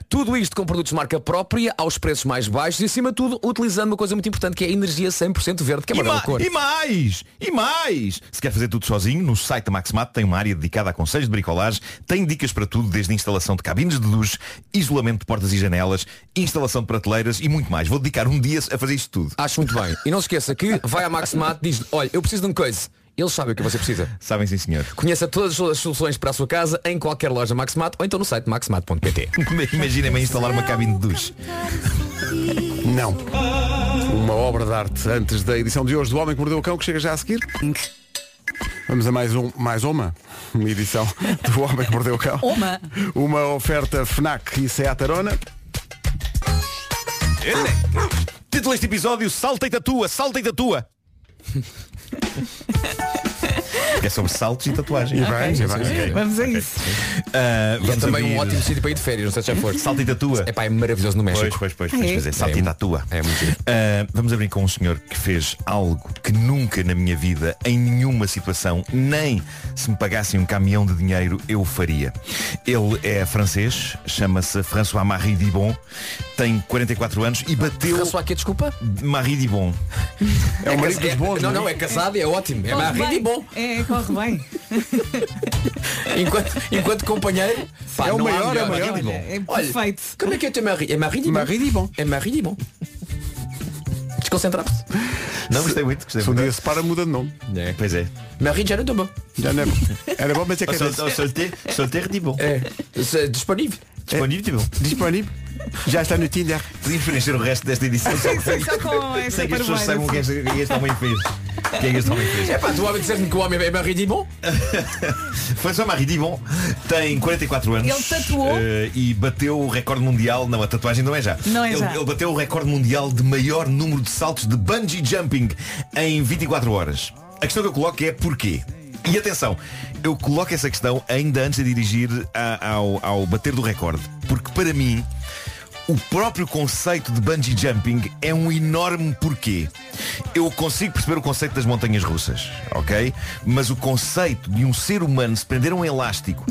S5: Tudo isto com produtos de marca própria, aos preços mais baixos e acima de tudo, utilizando uma coisa muito importante que é a energia 100% verde, que é
S12: E,
S5: uma bela
S12: ma-
S5: cor.
S12: e mais! E mais! Se quer fazer tudo sozinho, no site da Maxmat tem uma área dedicada a conselhos de bricolagem, tem dicas para tudo, desde instalação de cabines de duche, isolamento de portas e janelas, instalação de prateleiras e muito mais. Vou dedicar um dia a fazer isto tudo.
S5: Acho muito bem. E não se esqueça que vai à MaxMat diz olha, eu preciso de um coisa. Eles sabem o que você precisa.
S12: Sabem sim, senhor.
S5: Conheça todas as soluções para a sua casa em qualquer loja Maxmat ou então no site maxmat.pt.
S12: Imaginem-me instalar uma cabine de duche.
S1: Não. Uma obra de arte antes da edição de hoje do Homem que Mordeu o Cão, que chega já a seguir. Vamos a mais, um, mais uma [laughs] edição do Homem que Mordeu o Cão.
S3: Uma.
S1: Uma oferta FNAC e Seat Arona.
S12: Título deste episódio, salta e tatua, salta e tatua. é sobre saltos e tatuagens. Ah,
S1: E vai, e vai.
S3: Vamos a isso.
S5: E é também um ótimo sítio para ir de férias, não
S12: [laughs]
S5: sei se já for.
S12: Salta e tatua.
S5: É pá, é maravilhoso no México.
S12: Pois, pois, pois,
S3: Ah,
S12: tens
S3: é?
S12: de fazer. Salta e tatua.
S5: É muito giro.
S12: Ah, vamos abrir com um senhor que fez algo que nunca na minha vida, em nenhuma situação, nem se me pagassem um caminhão de dinheiro, eu o faria. Ele é francês, chama-se François Marie Dibon, tem 44 anos e bateu
S5: François aqui, desculpa?
S12: Marie Dibon.
S1: É o
S5: cas-
S1: marido dos bons. não
S5: Não,
S1: é?
S5: não, é casado e é ótimo. É
S3: Corre
S5: marido e
S3: bem.
S5: bom.
S3: É, corre bem.
S5: Enquanto, enquanto companheiro, pá,
S1: É o
S5: não há
S1: maior, é o maior.
S5: Marido e
S3: Olha,
S5: bom.
S3: é
S5: Olha,
S3: perfeito.
S5: como é que é o teu marido? É marido e bom.
S1: Marie Dibon.
S5: É marido e bom. Desconcentraste.
S12: Não gostei muito, gostei
S1: Se um
S12: muito.
S1: dia se para, muda de nome.
S12: Pois é.
S5: Marido já não estou bom.
S1: Já não é bom. Era bom, mas é que era
S12: Sol- Solteiro solteiro Dibon.
S5: É, se- disponível.
S12: Disponível Dibon.
S1: disponível. Já está no Tinder.
S12: Podíamos preencher o resto desta edição só
S3: Só
S12: com-
S3: com essa
S12: sem que as
S3: barbeira,
S12: pessoas saibam o que é este- o que é que este homem fez. O que é que este homem fez?
S5: né? É pá, tu homem disseste-me que o homem é marido e
S12: [laughs]
S5: bom.
S12: François Marie Dibon tem 44 anos.
S3: Ele tatuou?
S12: eh, e bateu o recorde mundial. Não, a tatuagem não é já.
S3: Não é
S12: ele,
S3: já.
S12: ele bateu o recorde mundial de maior número de saltos de bungee jumping em 24 horas. A questão que eu coloco é porquê? E atenção, eu coloco essa questão ainda antes de dirigir a- ao, ao bater do recorde. Porque para mim, o próprio conceito de bungee jumping é um enorme porquê. Eu consigo perceber o conceito das montanhas russas, ok? Mas o conceito de um ser humano se prender a
S3: [laughs]
S12: um elástico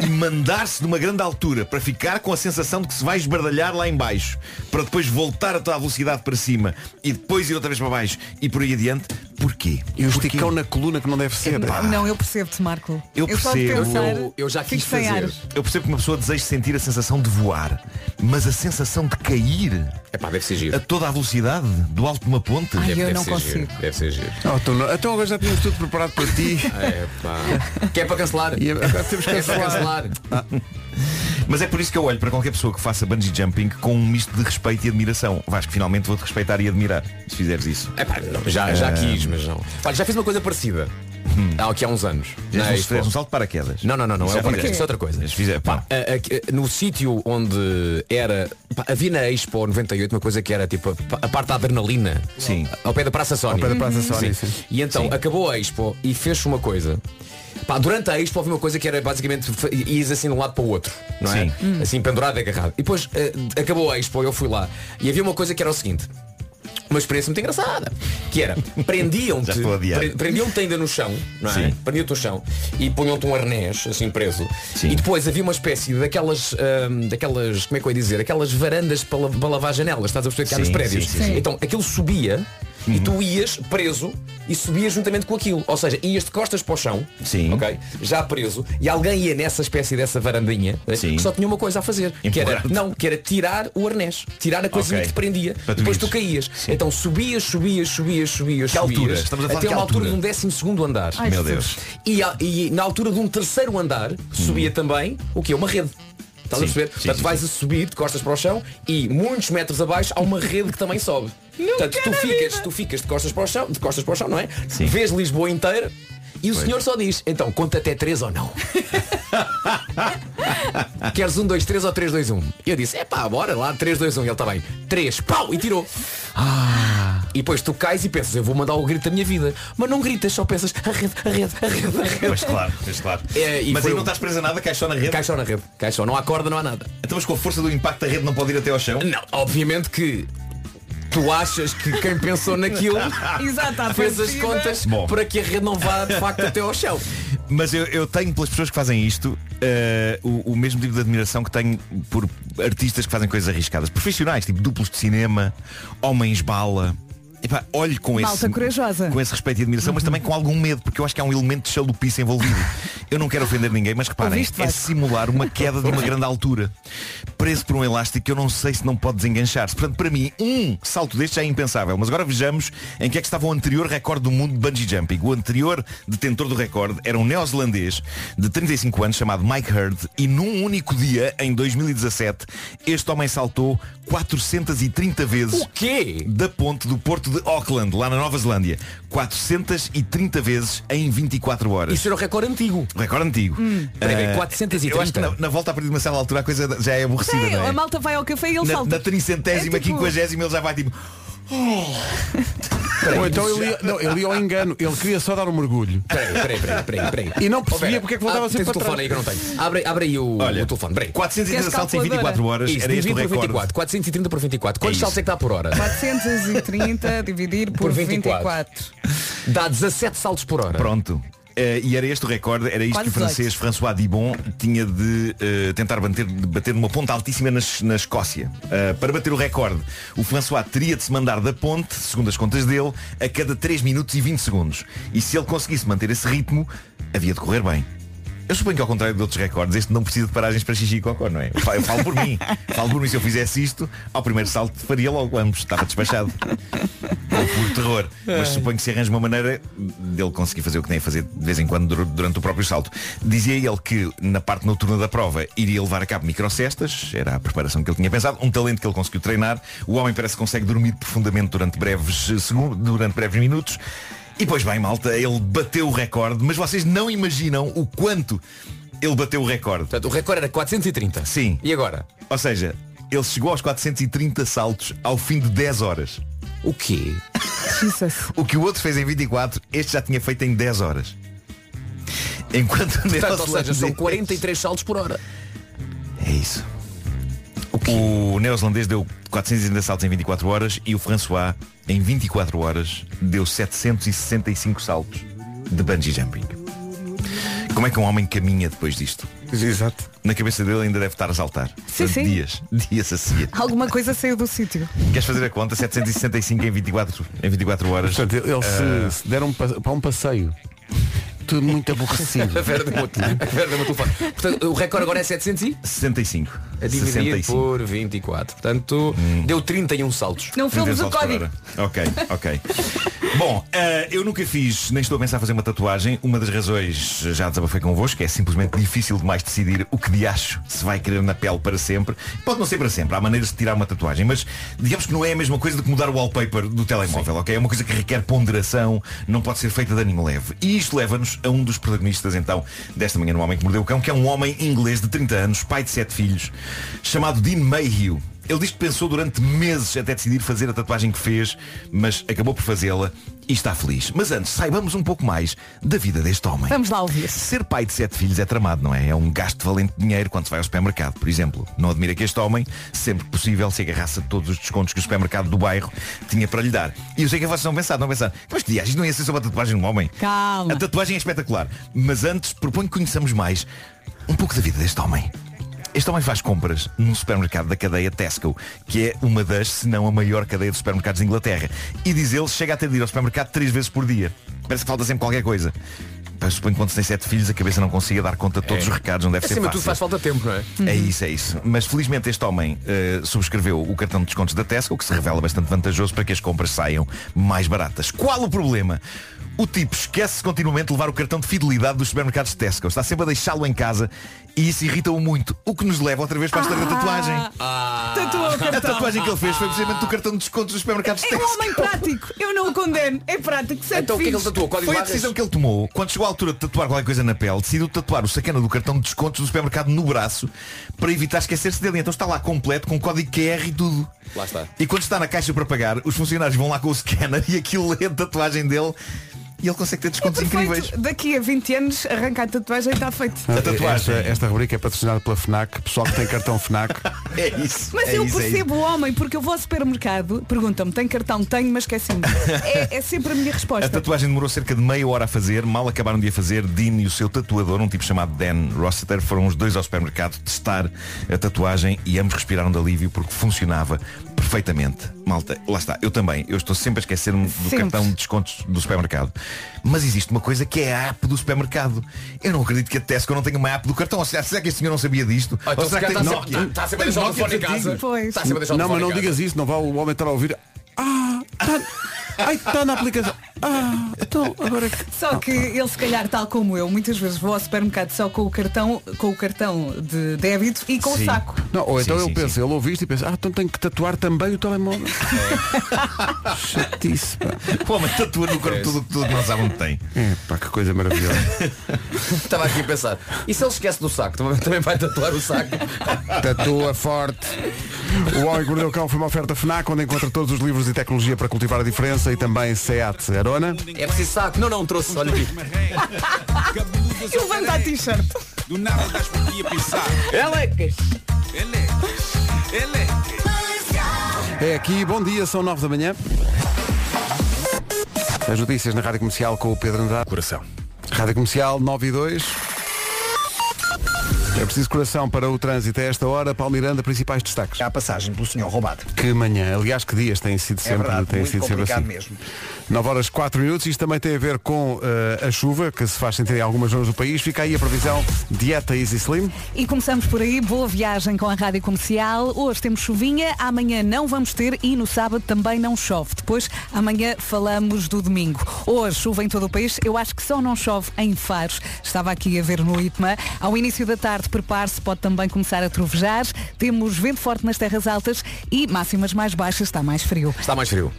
S12: e mandar-se de uma grande altura para ficar com a sensação de que se vai esbardalhar lá em baixo, para depois voltar a toda a velocidade para cima e depois ir outra vez para baixo e por aí adiante, porquê?
S1: E o esticão na coluna que não deve
S12: Eh
S1: ser.
S3: Não, eu percebo-te, Marco.
S12: Eu
S3: só de
S12: percebo.
S3: pensar,
S5: Eu- eu já
S3: fico
S5: quis
S3: sem
S5: fazer.
S3: é ar.
S12: Eu percebo que uma pessoa deseja sentir a sensação de voar, mas a sensação de cair
S5: É pá, deve ser
S12: a
S5: giro.
S12: toda a velocidade do alto de uma ponte.
S3: Ai, eu
S5: deve
S3: não
S5: ser
S3: consigo.
S5: Giro. Deve ser giro.
S1: Oh, então, não- então agora já tínhamos tudo preparado para
S12: [laughs]
S1: ti.
S5: É pá. Que é para cancelar.
S1: E agora temos que
S5: É para
S1: cancelar.
S5: cancelar.
S12: Ah. Mas é por isso que eu olho para qualquer pessoa que faça bungee jumping com um misto de respeito e admiração. Vais que finalmente vou-te respeitar e admirar se fizeres isso. Ah.
S5: É pá, não, já, já quis, mas não. Olha, já fiz uma coisa parecida.
S12: Hum.
S5: Há aqui há uns anos. é
S12: Não,
S5: Na
S12: um,
S5: Expo.
S12: fizeres um salto de paraquedas.
S5: Não, não, não, não.
S12: Isso
S5: É,
S12: é
S5: outra
S12: quê?
S5: coisa, isso é outra coisa.
S12: Mas fizer-
S5: Pá, a- a- no sítio onde era. pá, havia na Expo 98 uma coisa que era tipo a- a parte da adrenalina.
S12: Sim.
S5: Ao pé da Praça Sónia.
S1: pé da Praça Uhum. Sónia,
S5: Sim.
S1: sim.
S5: E então acabou a Expo e fez uma coisa. Pá, durante a Expo houve uma coisa que era basicamente fa- ias assim de um lado para o outro, não é?
S12: Sim.
S5: Assim pendurado e agarrado. E depois eh, acabou a Expo, eu fui lá e havia uma coisa que era o seguinte. Uma experiência muito engraçada Que era,
S12: Já
S5: prendiam-te
S12: estou adiado.
S5: pre- Prendiam-te ainda no chão não é?
S12: Sim.
S5: Prendiam-te no chão E punham-te um arnés, assim preso
S12: Sim.
S5: E depois havia uma espécie daquelas ahm, Daquelas, como é que eu ia dizer Aquelas varandas para, la- para lavar janelas Estás a perceber que há nos
S12: Sim,
S5: prédios
S12: sim, Uhum. sim,
S3: sim.
S5: Então aquilo subia E tu ias preso e subias juntamente com aquilo Ou seja, ias de costas para o chão
S12: Sim.
S5: ok? Já preso E alguém ia nessa espécie dessa varandinha né,
S12: Sim.
S5: Que só tinha uma coisa a fazer que era,
S12: Empurrar-te.
S5: Não, que era tirar o arnés Tirar a coisinha
S12: Ok.
S5: que te prendia
S12: Para tu
S5: Depois tu
S12: ires.
S5: caías Então subias, subias, subias, subias
S12: Que altura?
S5: subias,
S12: Estamos a falar
S5: Até
S12: de que
S5: uma altura
S12: altura?
S5: de um décimo segundo andar
S3: Ai,
S12: Meu
S3: Jesus.
S12: Deus.
S5: e, a- e na altura de um terceiro andar subia também o que é uma rede. Estás a
S12: Hum. Sim,
S5: perceber?
S12: sim,
S5: Portanto,
S12: sim,
S5: vais a subir de costas para o chão e muitos metros abaixo há uma rede que também sobe.
S3: [laughs]
S5: Portanto, tu ficas, tu ficas de costas para o chão, de costas para o chão, não é? Vês Lisboa inteira E o senhor só diz, então conta até três ou
S12: [laughs]
S5: não. Queres um, dois, três ou três, dois, um? E eu disse, é pá, bora lá, três, dois, um. E ele está bem, três, pau, e tirou. Ah. E depois tu cais e pensas, eu vou mandar o grito da minha vida. Mas não gritas, só pensas, a rede, a rede, a rede, a rede.
S12: Mas claro, mas claro.
S5: É, e
S12: mas
S5: foi
S12: aí
S5: um-
S12: não estás presa a nada, cai só na rede.
S5: Cai só na rede. Cai só, não há corda, não há nada.
S12: Então mas com a força do impacto a rede não pode ir até ao chão?
S5: Não, obviamente que tu achas que quem
S12: [laughs]
S5: pensou naquilo
S3: Exato, à
S5: fez as
S3: partida.
S5: contas
S12: Bom.
S5: para que a rede não vá de facto até ao chão.
S12: Mas eu, eu tenho pelas pessoas que fazem isto eh, o, o mesmo tipo de admiração que tenho por artistas que fazem coisas arriscadas. Profissionais, tipo duplos de cinema, homens bala. Epá, olho com
S3: Malta
S12: esse
S3: corajosa.
S12: com esse respeito e admiração, mas também com algum medo, porque eu acho que há um elemento de chalupice envolvido. Eu não quero ofender ninguém, mas reparem,
S3: Ouviste,
S12: é
S3: Vasco?
S12: simular uma queda de uma grande altura. Preso por um elástico que eu não sei se não pode desenganchar-se. Portanto, para mim, um salto deste já é impensável. Mas agora vejamos em que é que estava o anterior recorde do mundo de bungee jumping. O anterior detentor do recorde era um neozelandês de 35 anos chamado Mike Hurd e num único dia, em 2017, este homem saltou 430 vezes
S5: O quê?
S12: da ponte do porto de Auckland, lá na Nova Zelândia. 430 vezes em 24 horas.
S5: Isso era o recorde antigo.
S12: Um Recorde antigo.
S5: Espera aí,
S12: Ah,
S5: 430.
S12: Eu acho que na, na volta a partir de uma certa altura a coisa já é aborrecida,
S3: Sim,
S12: não é?
S3: a malta vai ao café e ele
S12: Na,
S3: salta.
S12: na tricentésima,
S3: É tipo-
S12: quinquagésima ele já vai tipo.
S1: Ou então ele ia, não, ele ia ao engano, ele queria só dar um mergulho.
S5: Peraí, peraí, peraí, peraí, peraí.
S12: [laughs]
S1: E não
S5: Oh,
S1: percebia
S5: Vera,
S1: porque é que voltava
S5: ah,
S1: sempre
S5: tens o
S1: para
S5: telefone aí que eu não
S1: trás.
S5: tenho. Abre, abre aí o,
S12: Olha,
S5: o telefone. Peraí.
S12: 430
S3: Queres
S12: saltos em 24 horas
S5: Isso,
S12: era este o
S5: dividido por
S12: recorde.
S5: 24. 430 por 24.
S12: É
S5: Quantos
S12: isso.
S5: saltos é que dá por hora?
S12: [laughs]
S3: 430 dividir por,
S5: Por 24.
S3: 24.
S5: Dá 17 saltos por hora.
S12: Pronto. Eh, e era este o recorde, era isto
S3: Quase
S12: que o francês François Dibon tinha de eh, tentar bater, de bater numa ponta altíssima na, Es- na Escócia. Eh, para bater o recorde, o François teria de se mandar da ponte, segundo as contas dele, a cada 3 minutos e 20 segundos. E se ele conseguisse manter esse ritmo, havia de correr bem. Eu suponho que ao contrário de outros recordes, este não precisa de paragens para xixi e cocó, não é? Eu fa- eu falo por mim. Falo por mim, se eu fizesse isto, ao primeiro salto faria logo ambos. Estava despachado. Ou por terror. Mas suponho que se arranja uma maneira dele conseguir fazer o que tem a fazer de vez em quando dur- durante o próprio salto. Dizia ele que na parte noturna da prova iria levar a cabo microcestas, era a preparação que ele tinha pensado, um talento que ele conseguiu treinar. O homem parece que consegue dormir profundamente durante breves eh, segundos, durante breves minutos. E pois bem, malta, ele bateu o recorde, mas vocês não imaginam o quanto ele bateu o recorde.
S5: Portanto, o recorde era 430.
S12: Sim.
S5: E agora?
S12: Ou seja, ele chegou aos 430 saltos ao fim de 10 horas.
S5: O quê?
S3: Jesus.
S12: O que o outro fez em 24, este já tinha feito em 10 horas. Enquanto o
S5: Portanto, ou seja, são
S12: neozelandês-
S5: 43 saltos por hora.
S12: É isso. O neozelandês deu 430 saltos em 24 horas e o François, em 24 horas, deu 765 saltos de bungee jumping. Como é que um homem caminha depois disto?
S1: Exato.
S12: Na cabeça dele ainda deve estar [laughs] a saltar.
S3: Sim,
S12: Durante
S3: sim.
S12: Dias, dias a seguir.
S3: Alguma coisa saiu do sítio.
S12: Queres fazer a conta? 765 em 24, em 24 horas.
S1: Portanto, ele ele
S12: Eh.
S1: se, se deram para um passeio. Tudo muito
S12: [laughs]
S5: A
S1: aborrecido.
S5: Vera deu-me o tele- a Vera deu-me o telefone. Portanto, o recorde agora é 700 e?
S12: 65.
S5: A dividir por 24. Portanto,
S12: Hum.
S5: deu 31 saltos.
S3: Não filmes o
S12: Intenção de
S3: código.
S12: explorar. Ok, ok. Bom, eh, eu nunca fiz, nem estou a pensar em fazer uma tatuagem. Uma das razões, já desabafei convosco, é simplesmente difícil demais decidir o que de acho se vai querer na pele para sempre. Pode não ser para sempre, há maneiras de tirar uma tatuagem, mas digamos que não é a mesma coisa do que mudar o wallpaper do telemóvel, ok? É uma coisa que requer ponderação, não pode ser feita de ânimo leve. E isto leva-nos a um dos protagonistas, então, desta manhã no Homem que Mordeu o Cão, que é um homem inglês de 30 anos, pai de 7 filhos, chamado Dean Mayhew. Ele diz que pensou durante meses até decidir fazer a tatuagem que fez, mas acabou por fazê-la e está feliz. Mas antes, saibamos um pouco mais da vida deste homem.
S3: Vamos lá ouvir.
S12: Ser pai de sete filhos é tramado, não é? É um gasto valente de dinheiro quando se vai ao supermercado, por exemplo. Não admira que este homem, sempre que possível, se agarrasse a todos os descontos que o supermercado do bairro tinha para lhe dar. E eu sei que vocês não pensaram, não pensaram. Mas que dias, isto não ia ser sobre a tatuagem de um homem.
S3: Calma.
S12: A tatuagem é espetacular. Mas antes, proponho que conheçamos mais um pouco da vida deste homem. Este homem faz compras num supermercado da cadeia Tesco, que é uma das, se não a maior cadeia de supermercados de Inglaterra. E diz ele, chega a ter de ir ao supermercado três vezes por dia. Parece que falta sempre qualquer coisa. Pá, eu suponho que quando se tem sete filhos a cabeça não consiga dar conta de todos os recados, não deve ser
S5: É. Acima de
S12: fácil.
S5: tudo faz falta tempo, não é?
S12: É isso, é isso. Mas felizmente este homem eh, subscreveu o cartão de descontos da Tesco, o que se revela bastante vantajoso para que as compras saiam mais baratas. Qual o problema? O tipo esquece continuamente de levar o cartão de fidelidade dos supermercados Tesco. Está sempre a deixá-lo em casa e isso irrita-o muito. O que nos leva outra vez para a história da tatuagem.
S3: Tatuou o
S12: A
S3: cartão.
S12: tatuagem que ele fez foi precisamente do cartão de descontos dos supermercados
S3: É
S12: Tesco.
S3: um homem prático. Eu não o condeno. É prático. Sete
S5: Então o que é que ele
S3: filhos.
S5: tatuou? Código
S12: Foi a
S5: barras?
S12: decisão que ele tomou quando chegou à altura de tatuar qualquer coisa na pele, decidiu tatuar o sacana do cartão de descontos do supermercado no braço para evitar esquecer-se dele. Então está lá completo com código QR e tudo.
S5: Lá está.
S12: E quando está na caixa para pagar, os funcionários vão lá com o scanner e aquilo lê a tatuagem dele e ele consegue ter descontos incríveis.
S3: Perfeito. Daqui a 20 anos arrancar a tatuagem está feito.
S1: Esta, esta rubrica é patrocinada pela FNAC, pessoal que tem cartão FNAC.
S12: [laughs] É isso.
S3: Mas eu percebo o homem, porque eu vou ao supermercado, perguntam-me, tem cartão? Tenho, mas
S12: [laughs]
S3: esqueci-me. É, é sempre a minha
S12: A
S3: resposta.
S12: tatuagem demorou cerca de meia hora a fazer, mal acabaram de a fazer, Dean e o seu tatuador, um tipo chamado Dan Rossiter, foram os dois ao supermercado testar a tatuagem e ambos respiraram de alívio porque funcionava perfeitamente. Malta, lá está, eu também, eu estou sempre a esquecer-me do
S10: Sempre.
S12: cartão de descontos do supermercado. Mas existe uma coisa que é a app do supermercado. Eu não acredito que a Tesco não tenha uma app do cartão. Ou será, será que este senhor não sabia disto?
S5: Ah, então
S12: Ou será
S5: se calhar está
S12: Nokia?
S5: sempre- está sempre a
S12: Tem
S5: deixar o
S12: Nokia
S5: telefone
S3: Ah,
S5: em casa.
S12: antigo?
S5: Pois. Está sempre a deixar o
S1: Não, mas
S5: telefone
S1: não
S5: em casa.
S1: digas isso, não vá o homem estar a ouvir. Ah, tá- ai, está na aplicação. Ah, então agora.
S3: Só que ele se calhar tal como eu, muitas vezes vou ao supermercado só com o cartão, com o cartão de débito e com o saco.
S1: Não, ou então
S3: Sim,
S1: ele
S3: sim,
S1: pensa, ele ouve isto e pensa, ah, então tenho que tatuar também o [laughs] telemóvel. Chatice, pá.
S12: O homem tatua no corpo tudo tudo que não sabe onde tem.
S1: É, pá, que coisa maravilhosa.
S5: Estava aqui a pensar. E se ele esquece do saco? Também, também vai tatuar o saco.
S1: Tatua forte. O Homem que Mordeu o Cão foi uma oferta FNAC, onde encontra todos os livros e tecnologia para cultivar a diferença e também SEAT Arona.
S5: É preciso saco. Não, não, trouxe. Olha aqui.
S3: E levanta a t-shirt.
S13: Do nada das porquinha pensar.
S5: Elecas.
S13: Elecas. Elecas.
S1: É aqui, bom dia, são 9 da manhã. As notícias na Rádio Comercial com o Pedro Andrade.
S11: Coração.
S1: Rádio Comercial 9 e 2. É preciso coração para o trânsito a esta hora. Paulo Miranda, principais destaques. Há
S2: passagem pelo senhor roubado.
S1: Que manhã, aliás, que dias têm sido
S2: É
S1: sempre,
S2: verdade,
S1: têm
S2: muito
S1: sido sempre
S2: complicado
S1: assim.
S2: mesmo.
S1: 9 horas 4 minutos, isto também tem a ver com eh, a chuva que se faz sentir em algumas zonas do país. Fica aí a previsão Dieta Easy Slim.
S3: E começamos por aí, boa viagem com a Rádio Comercial. Hoje temos chuvinha, amanhã não vamos ter e no sábado também não chove. Depois, amanhã falamos do domingo. Hoje chuva em todo o país, eu acho que só não chove em Faros. Estava aqui a ver no IPMA. Ao início da tarde, prepare-se, pode também começar a trovejar. Temos vento forte nas terras altas e máximas mais baixas, está mais frio.
S5: Está mais frio.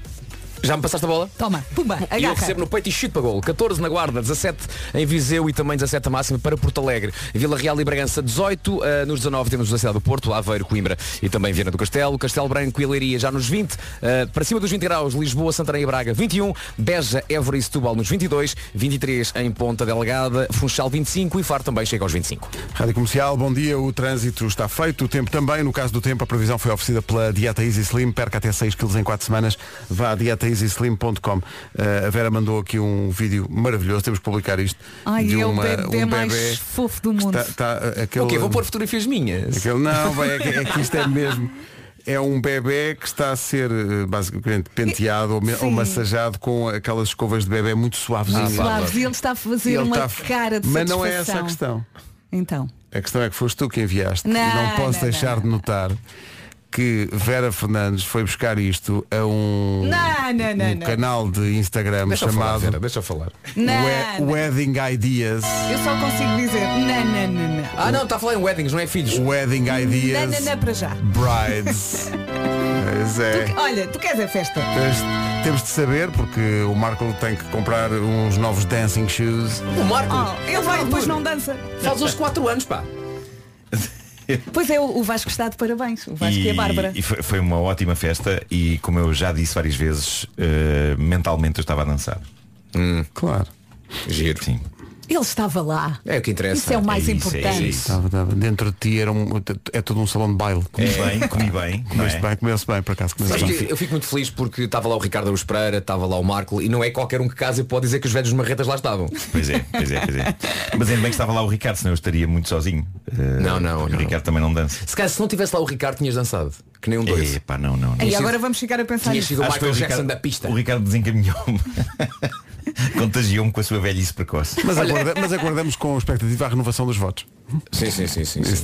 S5: Já me passaste a bola?
S3: Toma, pumba,
S5: E eu
S3: agarra.
S5: recebo no peito e chute para gol. 14 na Guarda, 17 em Viseu e também 17 a máxima para Porto Alegre. Vila Real e Bragança, 18. eh, nos 19 temos a cidade do Porto, Aveiro, Coimbra e também Viana do Castelo. Castelo Branco e Leiria já nos 20. eh, para cima dos 20 graus, Lisboa, Santarém e Braga, 21. Beja, Évora e Setúbal nos 22. 23 em Ponta Delgada, Funchal 25 e Faro também chega aos 25.
S1: Rádio Comercial, bom dia. O trânsito está feito, o tempo também. No caso do tempo, a previsão foi oferecida pela Dieta Easy Slim. Perca até 6 quilos em 4 semanas. Vá a dietaeasyslim.com. Eh, a Vera mandou aqui um vídeo maravilhoso. Temos que publicar isto.
S3: Ai,
S1: de
S3: é o
S1: uma,
S3: bebê
S1: um bebê
S3: mais fofo do mundo.
S1: Tá, tá, eh, aquele,
S5: O quê? Vou pôr fotografias minhas.
S1: aquele- não, vai, é, que- é que isto é mesmo. É um bebê que está a ser eh, basicamente penteado ou, me- ou
S3: Sim.
S1: massajado com aquelas escovas de bebê muito suaves.
S3: Muito suaves. E ele está a fazer
S1: Ah, Ele
S3: uma
S1: está a f-
S3: cara de
S1: Mas não é essa
S3: satisfação.
S1: a questão.
S3: Então.
S1: A questão é que foste tu que enviaste.
S3: Não,
S1: e não
S3: não,
S1: posso
S3: não,
S1: deixar de notar que Vera Fernandes foi buscar isto a um,
S3: Não, não, não,
S1: um
S3: não.
S1: canal de Instagram
S5: Deixa eu falar,
S1: chamado
S5: Vera, deixa eu falar.
S3: Não,
S1: We- Wedding Ideas.
S3: Eu só consigo dizer nananana.
S5: Ah não, está a falar em weddings, não é filhos.
S1: Wedding Ideas
S3: Nananã para já.
S1: Brides. Pois é.
S3: Olha, tu queres a festa?
S1: Temos, temos de saber porque o Marco tem que comprar uns novos dancing shoes.
S5: O Marco?
S3: Oh, ele vai e depois não dança.
S5: Faz uns 4 anos, pá.
S3: Pois é, o o Vasco está de parabéns. O Vasco e, é a Bárbara.
S12: e foi, foi uma ótima festa e como eu já disse várias vezes, eh, mentalmente eu estava a dançar.
S1: Claro.
S5: Giro.
S12: Sim.
S3: Ele estava lá.
S5: É o que interessa.
S3: Isso é o mais
S12: É isso, é
S3: importante.
S12: isso.
S1: Estava- estava. Dentro de ti era um- é todo um salão de baile.
S12: Comi bem, comi bem. não
S1: Comeste
S12: é?
S1: bem, comeu-se bem, por acaso. comeu-se
S5: É, Sabes
S1: bem.
S5: que eu fico muito feliz porque estava lá o Ricardo Aruz Pereira, estava lá o Marco e não é qualquer um que casa e pode dizer que os velhos marretas lá estavam.
S12: Pois é, pois é, pois é. Mas ainda bem que estava lá o Ricardo, senão eu estaria muito sozinho. Eh,
S5: Não, não,
S12: porque
S5: não.
S12: O Ricardo também não dança.
S5: Se calhar se não tivesse lá o Ricardo tinhas dançado, que nem um doido.
S12: Epá, não, não. não.
S3: E agora vamos chegar a pensar
S5: Tinha
S3: nisso.
S5: sido o
S12: Acho que foi
S5: Michael Jackson
S12: Ricardo-
S5: da pista.
S12: O Ricardo desencaminhou-me. [laughs] Contagiou-me com a sua velhice precoce.
S1: Mas, aguarda- mas aguardamos com expectativa a renovação dos votos.
S5: Sim, sim, sim, sim. sim.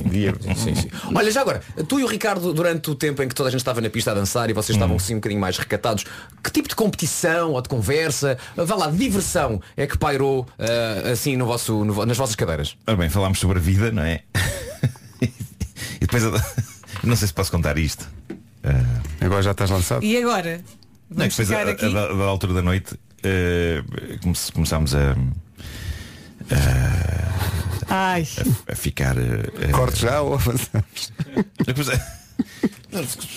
S5: Sim, sim. Olha, já agora, tu e o Ricardo, durante o tempo em que toda a gente estava na pista a dançar e vocês
S12: Hum.
S5: estavam assim um bocadinho mais recatados, que tipo de competição ou de conversa, vá lá, diversão é que pairou ah, assim no vosso, no vo- nas vossas cadeiras?
S12: Ora bem, falámos sobre a vida, não é? e depois eu- não sei se posso contar isto.
S1: Agora já estás lançado.
S3: E agora?
S12: Não, e
S3: Vamos
S12: depois a,
S3: chegar
S12: a-
S3: aqui.
S12: a- da- da altura da noite eh, come- começámos a, Ai. A, a ficar.
S1: É.
S12: Corte
S1: já ou avançamos?
S12: é.